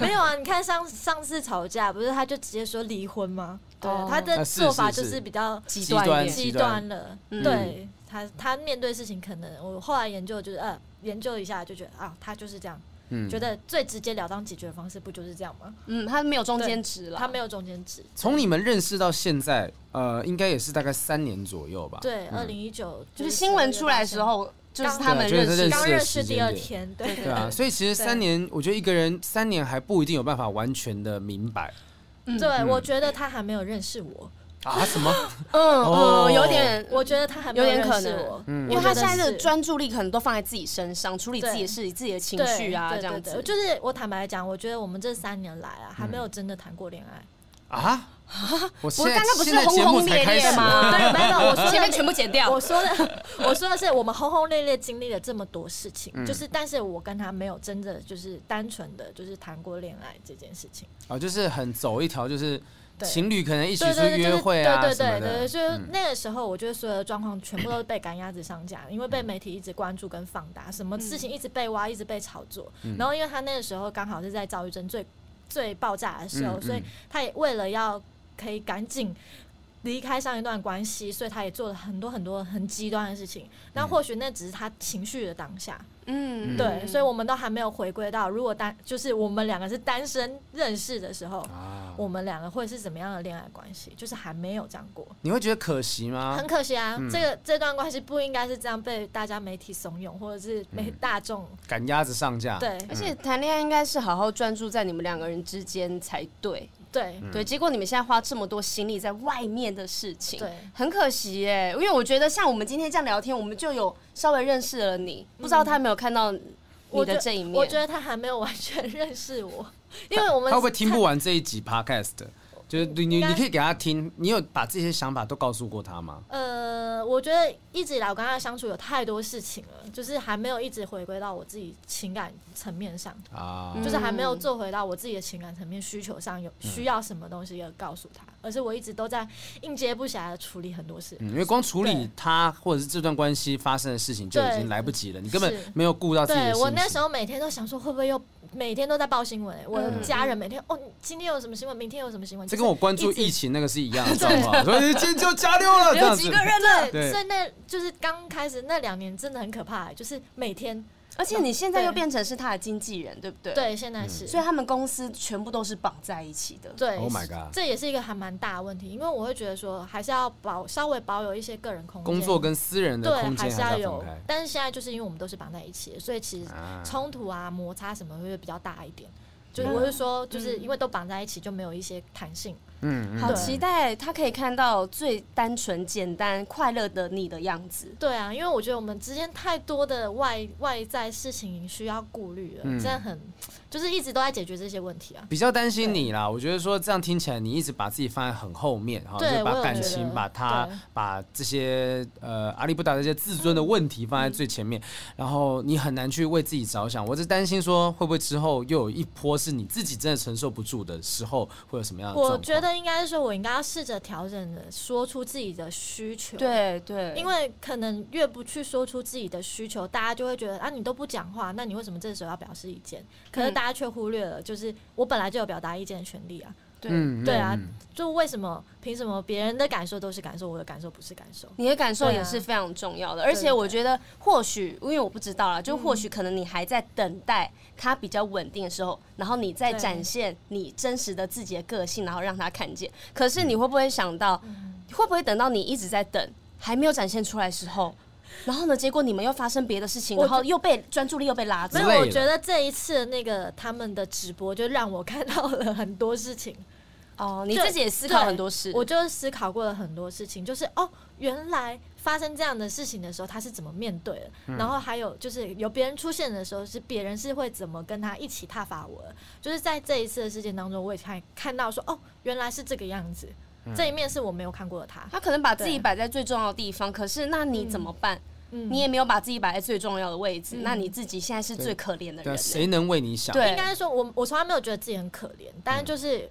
S2: 没有啊，你看上上次吵架，不是他就直接说离婚吗？对
S3: 哦，
S2: 他
S1: 啊
S2: 的
S1: 是
S2: 做
S1: 是
S2: 法
S1: 是
S2: 就是比较
S3: 极
S1: 极
S3: 端一
S1: 端
S3: 点，
S2: 极端了，
S3: 嗯
S2: 对他，他面对事情可能我后来研究就是呃研究一下就觉得啊，他就是这样，
S1: 嗯
S2: 觉得最直截了当解决的方式不就是这样吗？
S3: 嗯，他没有中间值了，
S2: 他没有中间值，
S1: 从你们认识到现在，呃，应该也是大概三年左右吧。
S2: 对，二零一九
S3: 就是新闻出来的时，候，就是他们
S1: 对啊
S3: 认
S1: 就是
S3: 识
S1: 认识
S2: 刚
S1: 的
S2: 认
S1: 时
S2: 识
S1: 间
S2: 第二
S1: 点
S2: 天，对
S1: 对啊，所以其实三年，我觉得一个人三年还不一定有办法完全的明 白
S2: 对，
S1: 嗯
S2: 我觉得他还没有认识我，
S1: 啊什么。
S3: 嗯
S1: 哦
S3: 嗯，有点
S2: 我觉得他还没
S3: 有
S2: 认
S3: 点可
S2: 识
S3: 能
S2: 我，
S1: 嗯
S3: 因为
S2: 我
S3: 他
S2: 觉得
S3: 现在的
S2: 是
S3: 专注力可能都放在自己身上，处理自己的事情、自己的情
S2: 对
S3: 绪啊，
S2: 对
S3: 这样
S2: 对对
S3: 子。
S2: 就是我坦白讲，我觉得我们这三年来啊，还
S1: 嗯
S2: 没有真的谈过恋爱。
S1: 啊！我现
S3: 我
S1: 在
S3: 刚刚不
S1: 现
S3: 是
S1: 在
S3: 轰
S1: 节目
S3: 轰
S1: 才
S3: 烈
S1: 开
S3: 烈
S1: 始
S3: 吗？
S2: 对，没有，我说的
S3: 啊 前面全部剪掉
S2: 我。说的， 我说的是我们轰轰烈烈经历了这么多事情，就是，但是我跟他没有真的就是单纯的就是谈过恋爱这件事情。
S1: 啊，就是很走一条，就是
S2: 对
S1: 情侣可能一起
S2: 对
S1: 出
S2: 对
S1: 去
S2: 对，就
S1: 约
S2: 是
S1: 会啊
S2: 对对
S1: 什么
S2: 对对，对
S1: 的。嗯
S2: 就是那个时候，我觉得所有的状况全部都是被赶鸭子上架，因为被媒体一直关注跟放大，什么事
S1: 嗯
S2: 情一直被挖，一直被炒作。然后，因为他那个时候刚好是在躁郁症最最爆炸的时候，
S1: 嗯嗯
S2: 所以他也为了要可以赶紧。离开上一段关系，所以他也做了很多很多很极端的事情。那
S1: 嗯
S2: 或许那只是他情绪的当下，
S3: 嗯
S2: 对，所以我们都还没有回归到，如果单就是我们两个是单身认识的时候，
S1: 啊，
S2: 我们两个会是怎么样的恋爱关系？就是还没有这样过，
S1: 你会觉得可惜吗
S2: 很？可惜啊。
S1: 嗯
S2: 这个这段关系不应该是这样被大家媒体怂恿，或者是媒大众、
S1: 赶鸭子上架，
S2: 对
S3: 而且谈恋爱应该是好好专注在你们两个人之间才对，
S2: 对、
S1: 嗯
S3: 对。结果你们现在花这么多心力在外面的事情，
S2: 对
S3: 很可惜耶。嗯因为我觉得像我们今天这样聊天，我们就有稍微认识了你，不知道他有没有看到你
S2: 我
S3: 的
S2: 觉
S3: 这一面。
S2: 我觉得他还没有完全认识 我，因为我们
S1: 他会不会听不完这一集 podcast？就是你你
S2: 应该
S1: 你可以给他听，你有把这些想法都告诉过他吗？
S2: 呃，我觉得一直以来我跟他相处有太多事情了，就是还没有一直回归到我自己情感层面上，
S1: 啊，
S3: 嗯
S2: 就是还没有做回到我自己的情感层面需求上有
S1: 嗯
S2: 需要什么东西要告诉他，而是我一直都在应接不暇的处理很多事。
S1: 嗯，因为光处理
S2: 对
S1: 他或者是这段关系发生的事情就已经来不及了，你根本
S2: 是
S1: 没有顾到自己的
S2: 对
S1: 心情。
S2: 我那时候每天都想说，会不会又每天都在报新闻、我的
S3: 嗯
S2: 家人每天、哦，今天有什么新闻，明天有什么新闻，
S1: 这跟我关注
S2: 一直
S1: 疫情那个是一样 的状况，所以今天就加六了这样
S3: 有
S1: 子
S3: 几。个人了，
S1: 对
S2: 对，所以那就是刚开始那两年真的很可怕、就是每天
S3: 而且你现在又
S2: 对
S3: 变成是他的经纪人，对不对？，
S2: 对，现在是，
S3: 所以他们公司全部都是绑在一起的。
S2: 对
S1: 嗯 Oh my god！
S2: 这也是一个还蛮大的问题，因为我会觉得说还是要保稍微保有一些个人空间，
S1: 工作跟私人的
S2: 对
S1: 空间
S2: 是
S1: 还
S2: 要
S1: 是要
S2: 有
S1: 分开，。
S2: 但是现在就是因为我们都是绑在一起的，所以其实
S1: 啊
S2: 冲突啊、摩擦什么会比较大一点。就是
S1: 嗯
S2: 我是说，就是因为都绑在一起，就没有一些弹性。
S1: 嗯嗯
S3: 好
S2: 对
S3: 期待他可以看到最单纯、简单、快乐的你的样子。
S2: 对啊，因为我觉得我们之间太多的外外在事情需要顾虑了，
S1: 嗯
S2: 真的很就是一直都在解决这些问题啊。
S1: 比较担心你啦，我觉得说这样听起来，你一直把自己放在很后面，哈，就
S2: 对
S1: 是
S2: 我
S1: 把
S2: 有
S1: 感
S2: 觉
S1: 情、
S2: 得
S1: 把他
S2: 对、
S1: 把这些呃阿里不达这些自尊的问题放在最前面，然后你很难去为自己着想。我是担心说，会不会之后又有一波是你自己真的承受不住的时候，会有什么样的啊状
S2: 我
S1: 况？
S2: 觉得应该是说，我应该要试着调整的，说出自己的需求。
S3: 对对，
S2: 因为可能越不去说出自己的需求，大家就会觉得啊，你都不讲话，那你为什么这时候要表示意见？可是
S3: 嗯
S2: 大家却忽略了，就是我本来就有表达意见的权利啊。
S3: 对、
S1: 嗯，嗯
S2: 对啊
S1: 嗯
S2: 就为什么凭什么别人的感受都是感受，我的感受不是感受？
S3: 你的感受
S2: 对啊
S3: 也是非常重要的。而且我觉得，或许因为我不知道啦，就或许可能你还在等待他比较稳定的时候，然后你再
S2: 对
S3: 展现你真实的自己的个性，然后让他看见。可是你会不会想到，会不会等到你一直在等，还没有展现出来的时候？然后呢？结果你们又发生别的事情，
S2: 我
S3: 然后又被专注力又被拉走
S1: 之
S2: 没。
S1: 类
S2: 有，我
S1: 的
S2: 觉得这一次的那个他们的直播就让我看到了很多事情，
S3: 哦，你
S2: 就
S3: 自己也思考
S2: 对
S3: 很多事。
S2: 我就思考过了很多事情，就是哦，原来发生这样的事情的时候，他是怎么面对的，
S1: 嗯
S2: 然后还有就是有别人出现的时候，是别人是会怎么跟他一起挞伐我的，就是在这一次的事件当中，我也看看到说哦，原来是这个样子，
S1: 嗯
S2: 这一面是我没有看过的他，
S3: 他可能把自己
S2: 对
S3: 摆在最重要的地方，可是那你怎么办？
S2: 嗯，
S3: 你也没有把自己摆在最重要的位置，那你自己现在是最可怜的
S1: 对
S3: 人
S1: 啊，
S3: 了。
S1: 谁能为你想？
S3: 对
S2: 应该说我我从来没有觉得自己很可怜，
S1: 嗯
S2: 但是就是。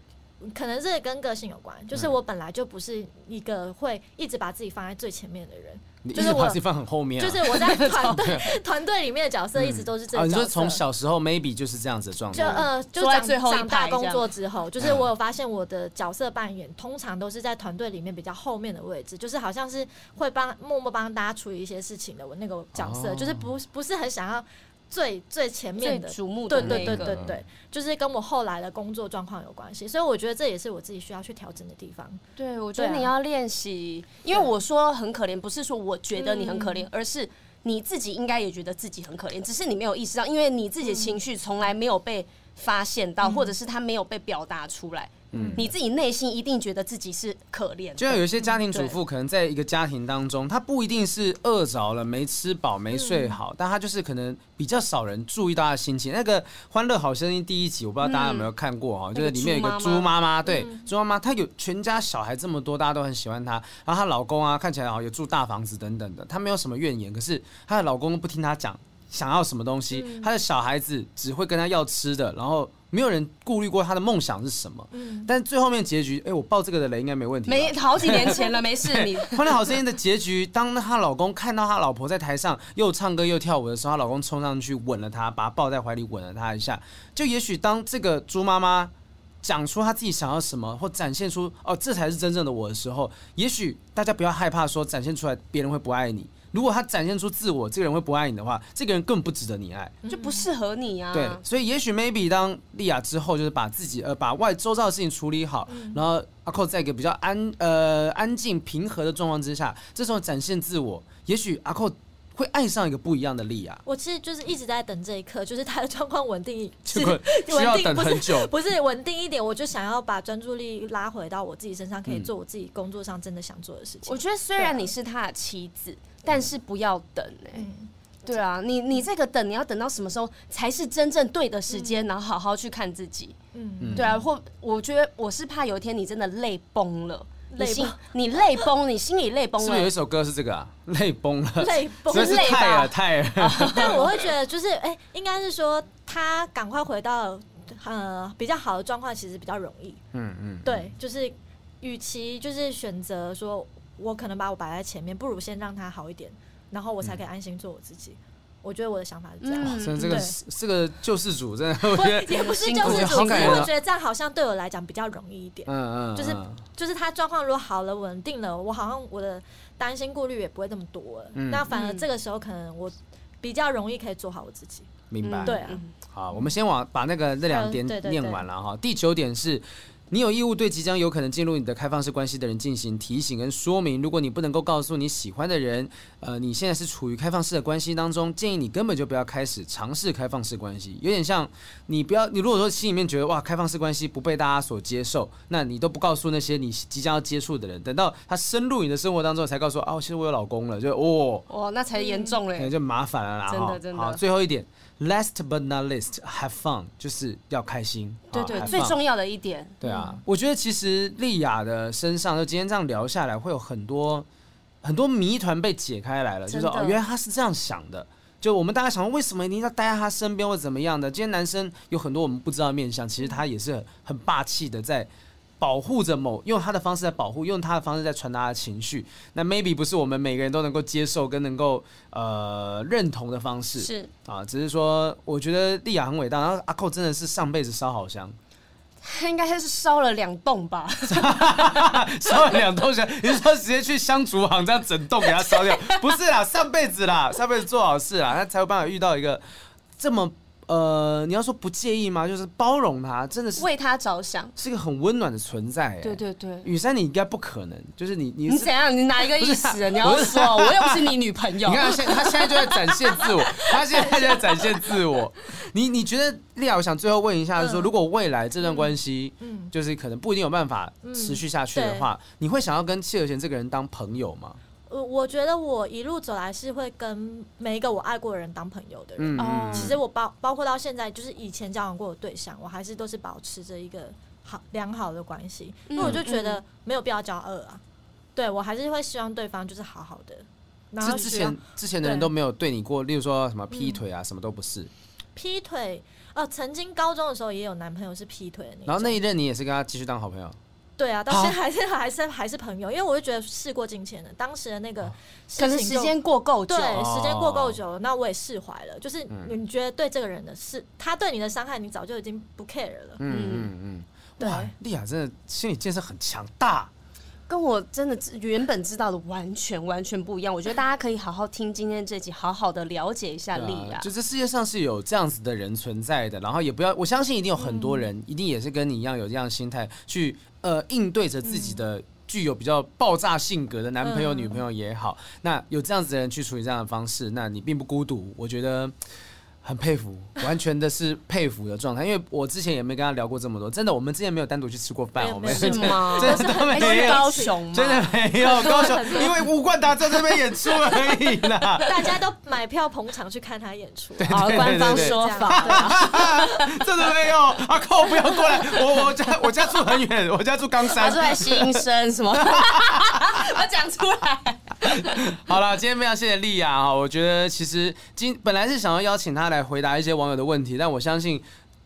S2: 可能这跟个性有关，就是我本来就不是一个会一直把自己放在最前面的人，
S1: 你一
S2: 就是
S1: 直把
S2: 我
S1: 自己放很后面啊，
S2: 就是 我在团队 团队里面的角色一直都是这
S1: 啊，
S2: 个
S1: 你
S2: 角色。
S1: 说从小时候 maybe 就是这样子的状
S2: 就
S1: 态，
S2: 呃，就
S3: 坐在
S2: 长
S3: 最后一
S2: 长大
S3: 排这样
S2: 工作之后，就是
S1: 嗯
S2: 我有发现我的角色扮演通常都是在团队里面比较后面的位置，就是好像是会帮默默帮大家处理一些事情的我那个角色，
S1: 哦
S2: 就是不不是很想要最最前
S3: 最
S2: 面的。
S3: 瞩目的
S2: 对
S3: 那
S2: 对
S3: 一
S2: 对
S3: 个
S2: 对对，就是跟我后来的工作状况有关系，所以我觉得这也是我自己需要去调整的地方。
S3: 对，我觉得
S2: 对啊
S3: 你要练习，嗯因为我说很可怜，不是说我觉得你很可怜，而是你自己应该也觉得自己很可怜，只是你没有意识到，因为你自己的情绪从来没有被发现到，或者是他没有被表达出来。嗯，你自己内心一定觉得自己是可怜的，嗯
S1: 就像有一些家庭主妇，可能在一个家庭当中，她不一定是饿着了、没吃饱、没
S3: 嗯
S1: 睡好，但她就是可能比较少人注意到她的心情。那个《欢乐好声音》第一集，我不知道大家有没有看过哈、
S3: 嗯
S1: 就是里面有一
S3: 那
S1: 个
S3: 个
S1: 猪
S3: 猪妈嗯
S1: 妈妈，对，猪妈妈她有全家小孩这么多，大家都很喜欢她，然后她老公啊看起来好像有住大房子等等的，她没有什么怨言，可是她的老公不听她讲。想要什么东西，
S3: 嗯
S1: 她的小孩子只会跟她要吃的，然后没有人顾虑过她的梦想是什么。但最后面结局，哎、我爆这个的雷应该没问题吧。
S3: 嗯没好几年前了，没事，你
S1: 《欢乐好声音》的结局，当她老公看到她老婆在台上又唱歌又跳舞的时候，她老公冲上去吻了她，把她抱在怀里吻了她一下。就也许当这个猪妈妈讲出她自己想要什么，或展现出哦这才是真正的我的时候，也许大家不要害怕说展现出来别人会不爱你。如果她展现出自我，这个人会不爱你的话，这个人更不值得你爱。
S3: 就不适合你
S2: 嗯
S1: 嗯
S3: 啊。
S1: 对，所以也许 maybe 当莉亚之后，就是把自己呃把外周遭的事情处理好，
S2: 嗯
S1: 然后阿寇在一个比较安呃安静平和的状况之下，这时候展现自我，也许阿寇会爱上一个不一样的莉 亚。
S2: 我其实就是一直在等这一刻，就是他的状况稳定，
S1: 结果需
S2: 稳
S1: 要
S2: 定
S1: 等
S2: 不是
S1: 很 久，
S2: 不是稳定一点，我就想要把专注力拉回到我自己身上，可以
S1: 嗯
S2: 做我自己工作上真的想做的事情。
S3: 我觉得虽然你是他的妻子，但是不要等哎、
S2: 嗯
S3: 对啊，你你这个等，你要等到什么时候才是真正对的时间，然后好好去看自己。
S2: 嗯，
S3: 对啊，或我觉得我是怕有一天你真的累崩了，你
S2: 累
S3: 心
S2: 崩
S3: 你累崩，你心里累崩
S1: 是不是有一
S3: 了。
S1: 首歌是这个啊？ 泪崩了，
S2: 累啊崩
S1: 真是啊
S3: 累吧
S1: 太了太了。
S2: 但我会觉得就是，哎、应该是说他赶快回到呃比较好的状况，其实比较容易。
S1: 嗯嗯，
S2: 对，就是与其就是选择说我可能把我摆在前面，不如先让他好一点，然后我才可以安心做我自己。我觉得我的想法是这样。
S1: 哇，真的这个
S2: 对
S1: 这个救世主，真的，我觉得，
S2: 也不是
S3: 辛
S2: 救
S3: 苦
S2: 世
S1: 了
S2: 主，
S1: 好
S2: 只
S1: 感
S2: 是
S1: 人
S2: 我
S1: 啊
S2: 觉得这样好像对我来讲比较容易一点。
S1: 嗯嗯，
S2: 就是
S1: 嗯
S2: 就是他状况如果好了、稳定了，我好像我的担心顾虑也不会这么多了。
S1: 嗯
S2: 那反而
S3: 嗯
S2: 这个时候可能我比较容易可以做好我自己。
S1: 明白。
S2: 对啊
S3: 嗯
S1: 好，我们先往把那个那两点
S2: 嗯对对
S1: 念完了哈。第九点是。你有义务对即将有可能进入你的开放式关系的人进行提醒跟说明。如果你不能够告诉你喜欢的人，呃，你现在是处于开放式的关系当中，建议你根本就不要开始尝试开放式关系。有点像你不要，你如果说心里面觉得哇，开放式关系不被大家所接受，那你都不告诉那些你即将要接触的人，等到他深入你的生活当中，才告诉哦，其实我有老公了，就哦，
S3: 哇，那才严重
S1: 可能
S3: 嘞。
S1: 就麻烦了啦。
S3: 真的
S1: 哈
S3: 真的
S1: 好，最后一点，last but not least，have fun，就是要开心。
S3: 对
S1: 啊
S3: 对，
S1: have
S3: 最
S1: fun
S3: 重要的一点，
S1: 对啊，我觉得其实丽雅的身上，就今天这样聊下来，会有很多很多谜团被解开来了，就是说
S3: 真的
S1: 哦，原来他是这样想的。就我们大家想，为什么一定要待在他身边或怎么样的？今天男生有很多我们不知道的面相，其实他也是很很霸气的，在保护着某，用他的方式在保护，用他的方式在传达他的情绪。那 maybe 不是我们每个人都能够接受跟能够呃认同的方式
S3: 是
S1: 啊，只是说我觉得丽雅很伟大，然后阿寇真的是上辈子烧好香，
S3: 他应该是烧了两栋 吧？
S1: 烧了两栋香，你是说直接去香烛行这样整栋给它烧掉？不是啦，上辈子啦，上辈子做好事啦，那才有办法遇到一个这么呃，你要说不介意吗？就是包容他，真的是
S3: 为他着想。
S1: 是一个很温暖的存在、欸。
S3: 对，对对。
S1: 雨珊你应该不可能，就是你你
S3: 你
S1: 是
S3: 怎样？你哪一个意
S1: 不
S3: 思
S1: 是啊
S3: 啊？你要
S1: 不是
S3: 说，我又不是你女朋友
S1: 你。看他现他现在就在展现自我，他现在就在展现自我。你你觉得丽雅，我想最后问一下，就是说、
S2: 嗯
S1: 如果未来这段关系，
S2: 嗯，
S1: 就是可能不一定有办法持续下去的话，你会想要跟谢和弦这个人当朋友吗？
S2: 我我觉得我一路走来是会跟每一个我爱过的人当朋友的人。
S1: 嗯，
S3: 哦
S1: 嗯
S2: 其实我包包括到现在，就是以前交往过的对象，我还是都是保持着一个好良好的关系。那
S1: 嗯
S2: 我就觉得没有必要骄傲啊。对我还是会希望对方就是好好的。然后
S1: 之之
S2: 希望
S1: 前之前的人
S2: 对嗯
S1: 都没有对你过，例如说什么劈腿啊，什么都不是。
S2: 劈腿，呃，曾经高中的时候也有男朋友是劈腿的那种。
S1: 然后那一任你也是跟他继续当好朋友，
S2: 对啊，到
S1: 好
S2: 现在还是还是还是朋友，因为我就觉得事过境迁了，当时的那个事
S3: 可
S2: 情
S3: 能
S2: 就
S3: 时间过够久啊
S2: 对，
S1: 哦嗯
S2: 时间过够久了，那我也释怀了。就是你觉得对这个人的事，他对你的伤害，你早就已经不 care 了。
S1: 嗯嗯嗯，
S2: 对
S1: 哇，丽雅真的心理建设很强大，
S3: 跟我真的知原本知道的完全完全不一样。我觉得大家可以好好听今天这集，好好的了解一下
S1: 对
S3: 丽
S1: 啊
S3: 雅
S1: 就。这世界上是有这样子的人存在的，然后也不要，我相信一定有很多人，一定也是跟你一样有这样的心态去呃应对着自己的。具有比较爆炸性格的男朋友、
S2: 嗯
S1: 女朋友也好，那有这样子的人去处理这样的方式，那你并不孤独，我觉得很佩服，完全的是佩服的状态。因为我之前也没跟他聊过这么多，真的，我们之前没有单独去吃过饭
S2: 没，有
S1: 我们
S2: 没
S3: 是
S2: 有
S3: 吗？
S1: 真的
S3: 哎
S1: 没
S3: 是
S1: 有，
S3: 高雄吗？
S1: 真的没有高啊雄，因为吴冠达在这边演出而已啦。
S2: 大家都买票捧场去看他演出，对
S3: 好，官方说法。对 啊
S1: 真的没有，阿寇不要过来，我我家我家住很远，我家住冈
S3: 拿
S1: 山
S3: 出。来新 生什么？我讲出来。
S1: 好了，今天非常谢谢丽雅啊，我觉得其实今本来是想要邀请她来回答一些网友的问题，但我相信。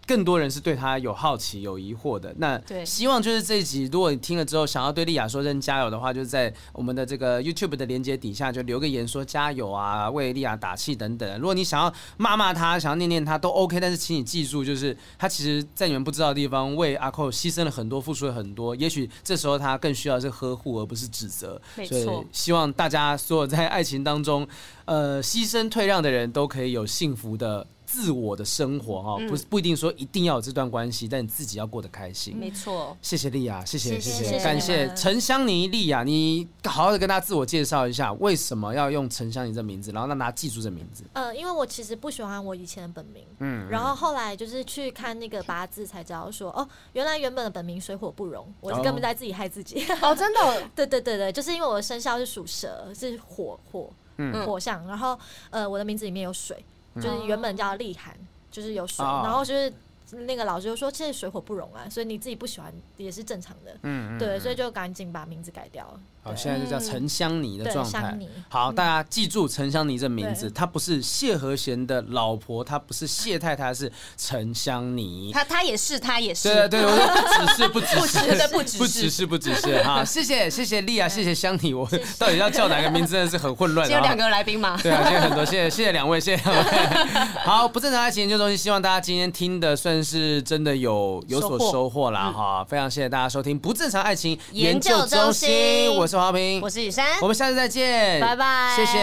S1: 更多人是对她有好奇、有疑惑的。那
S3: 对
S1: 希望就是这一集，如果你听了之后想要对丽雅说声加油的话，就是在我们的这个 YouTube 的连接底下就留个言说加油啊，为丽雅打气等等。如果你想要骂骂她，想要念念她都 OK，但是请你记住，就是她其实，在你们不知道的地方为阿寇牺牲了很多，付出了很多。也许这时候她更需要的是呵护，而不是指责。
S3: 没
S1: 所以
S3: 错
S1: 希望大家所有在爱情当中，呃，牺牲退让的人都可以有幸福的自我的生活
S2: 嗯
S1: 哈、哦，不是不一定说一定要有这段关系，但你自己要过得开心。
S3: 没错，
S1: 谢谢丽雅，谢谢
S2: 谢嗯谢
S1: 谢
S2: 谢谢
S1: 感
S2: 你
S1: 谢
S2: 们
S1: 陈香妮丽雅，你好好的跟大家自我介绍一下，为什么要用陈香妮这名字，然后让大家记住这名字。
S2: 呃，因为我其实不喜欢我以前的本名，嗯，然后后来就是去看那个八字才知道说，哦，原来原本的本名水火不容，我是根
S1: 哦
S2: 本在自己害自己。
S3: 哦，真的
S2: 对对对对，就是因为我的生肖是属蛇，是火火，
S1: 嗯
S2: 火象，然后呃，我的名字里面有水，就是原本叫丽涵，就是有水，
S1: 哦
S2: 然后就是。那个老师就说：“这水火不容啊，所以你自己不喜欢也是正常的，
S1: 嗯，嗯
S2: 对，所
S1: 以
S2: 以就赶紧把名字改掉了。
S1: 好，现在就叫沉香泥的
S2: 对
S1: 状态
S2: 香嗯泥。
S1: 好，大家记住沉香泥这名字，她不是谢和弦的老婆，她不是谢太太，她是沉香泥。
S3: 他他也是，他也是，
S1: 对对，我说只是不只
S3: 不
S1: 是
S3: 只是不只是
S1: 不只是不只是哈， 谢谢谢谢丽啊，谢谢香泥，我到底要叫哪个名字真的是很混乱。
S3: 只有
S1: 然后
S3: 两个来宾嘛。
S1: 对啊，今天很多，谢谢谢谢两位， 谢谢两位。好，不正常爱情研究中心，希望大家今天听的算是真的有有所
S3: 收获
S1: 收获啦哈、非常谢谢大家收听不正常爱情
S3: 研
S1: 研
S3: 究
S1: 究中
S3: 中心
S1: 我是黄浩平，
S3: 我是雨珊
S1: 我，们下次再见，
S3: 拜拜
S1: 谢谢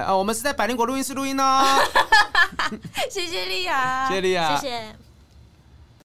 S1: 啊、我们是在百灵果录音室录音哦，
S3: 谢谢莉亚，
S1: 谢谢莉亚，
S2: 谢谢。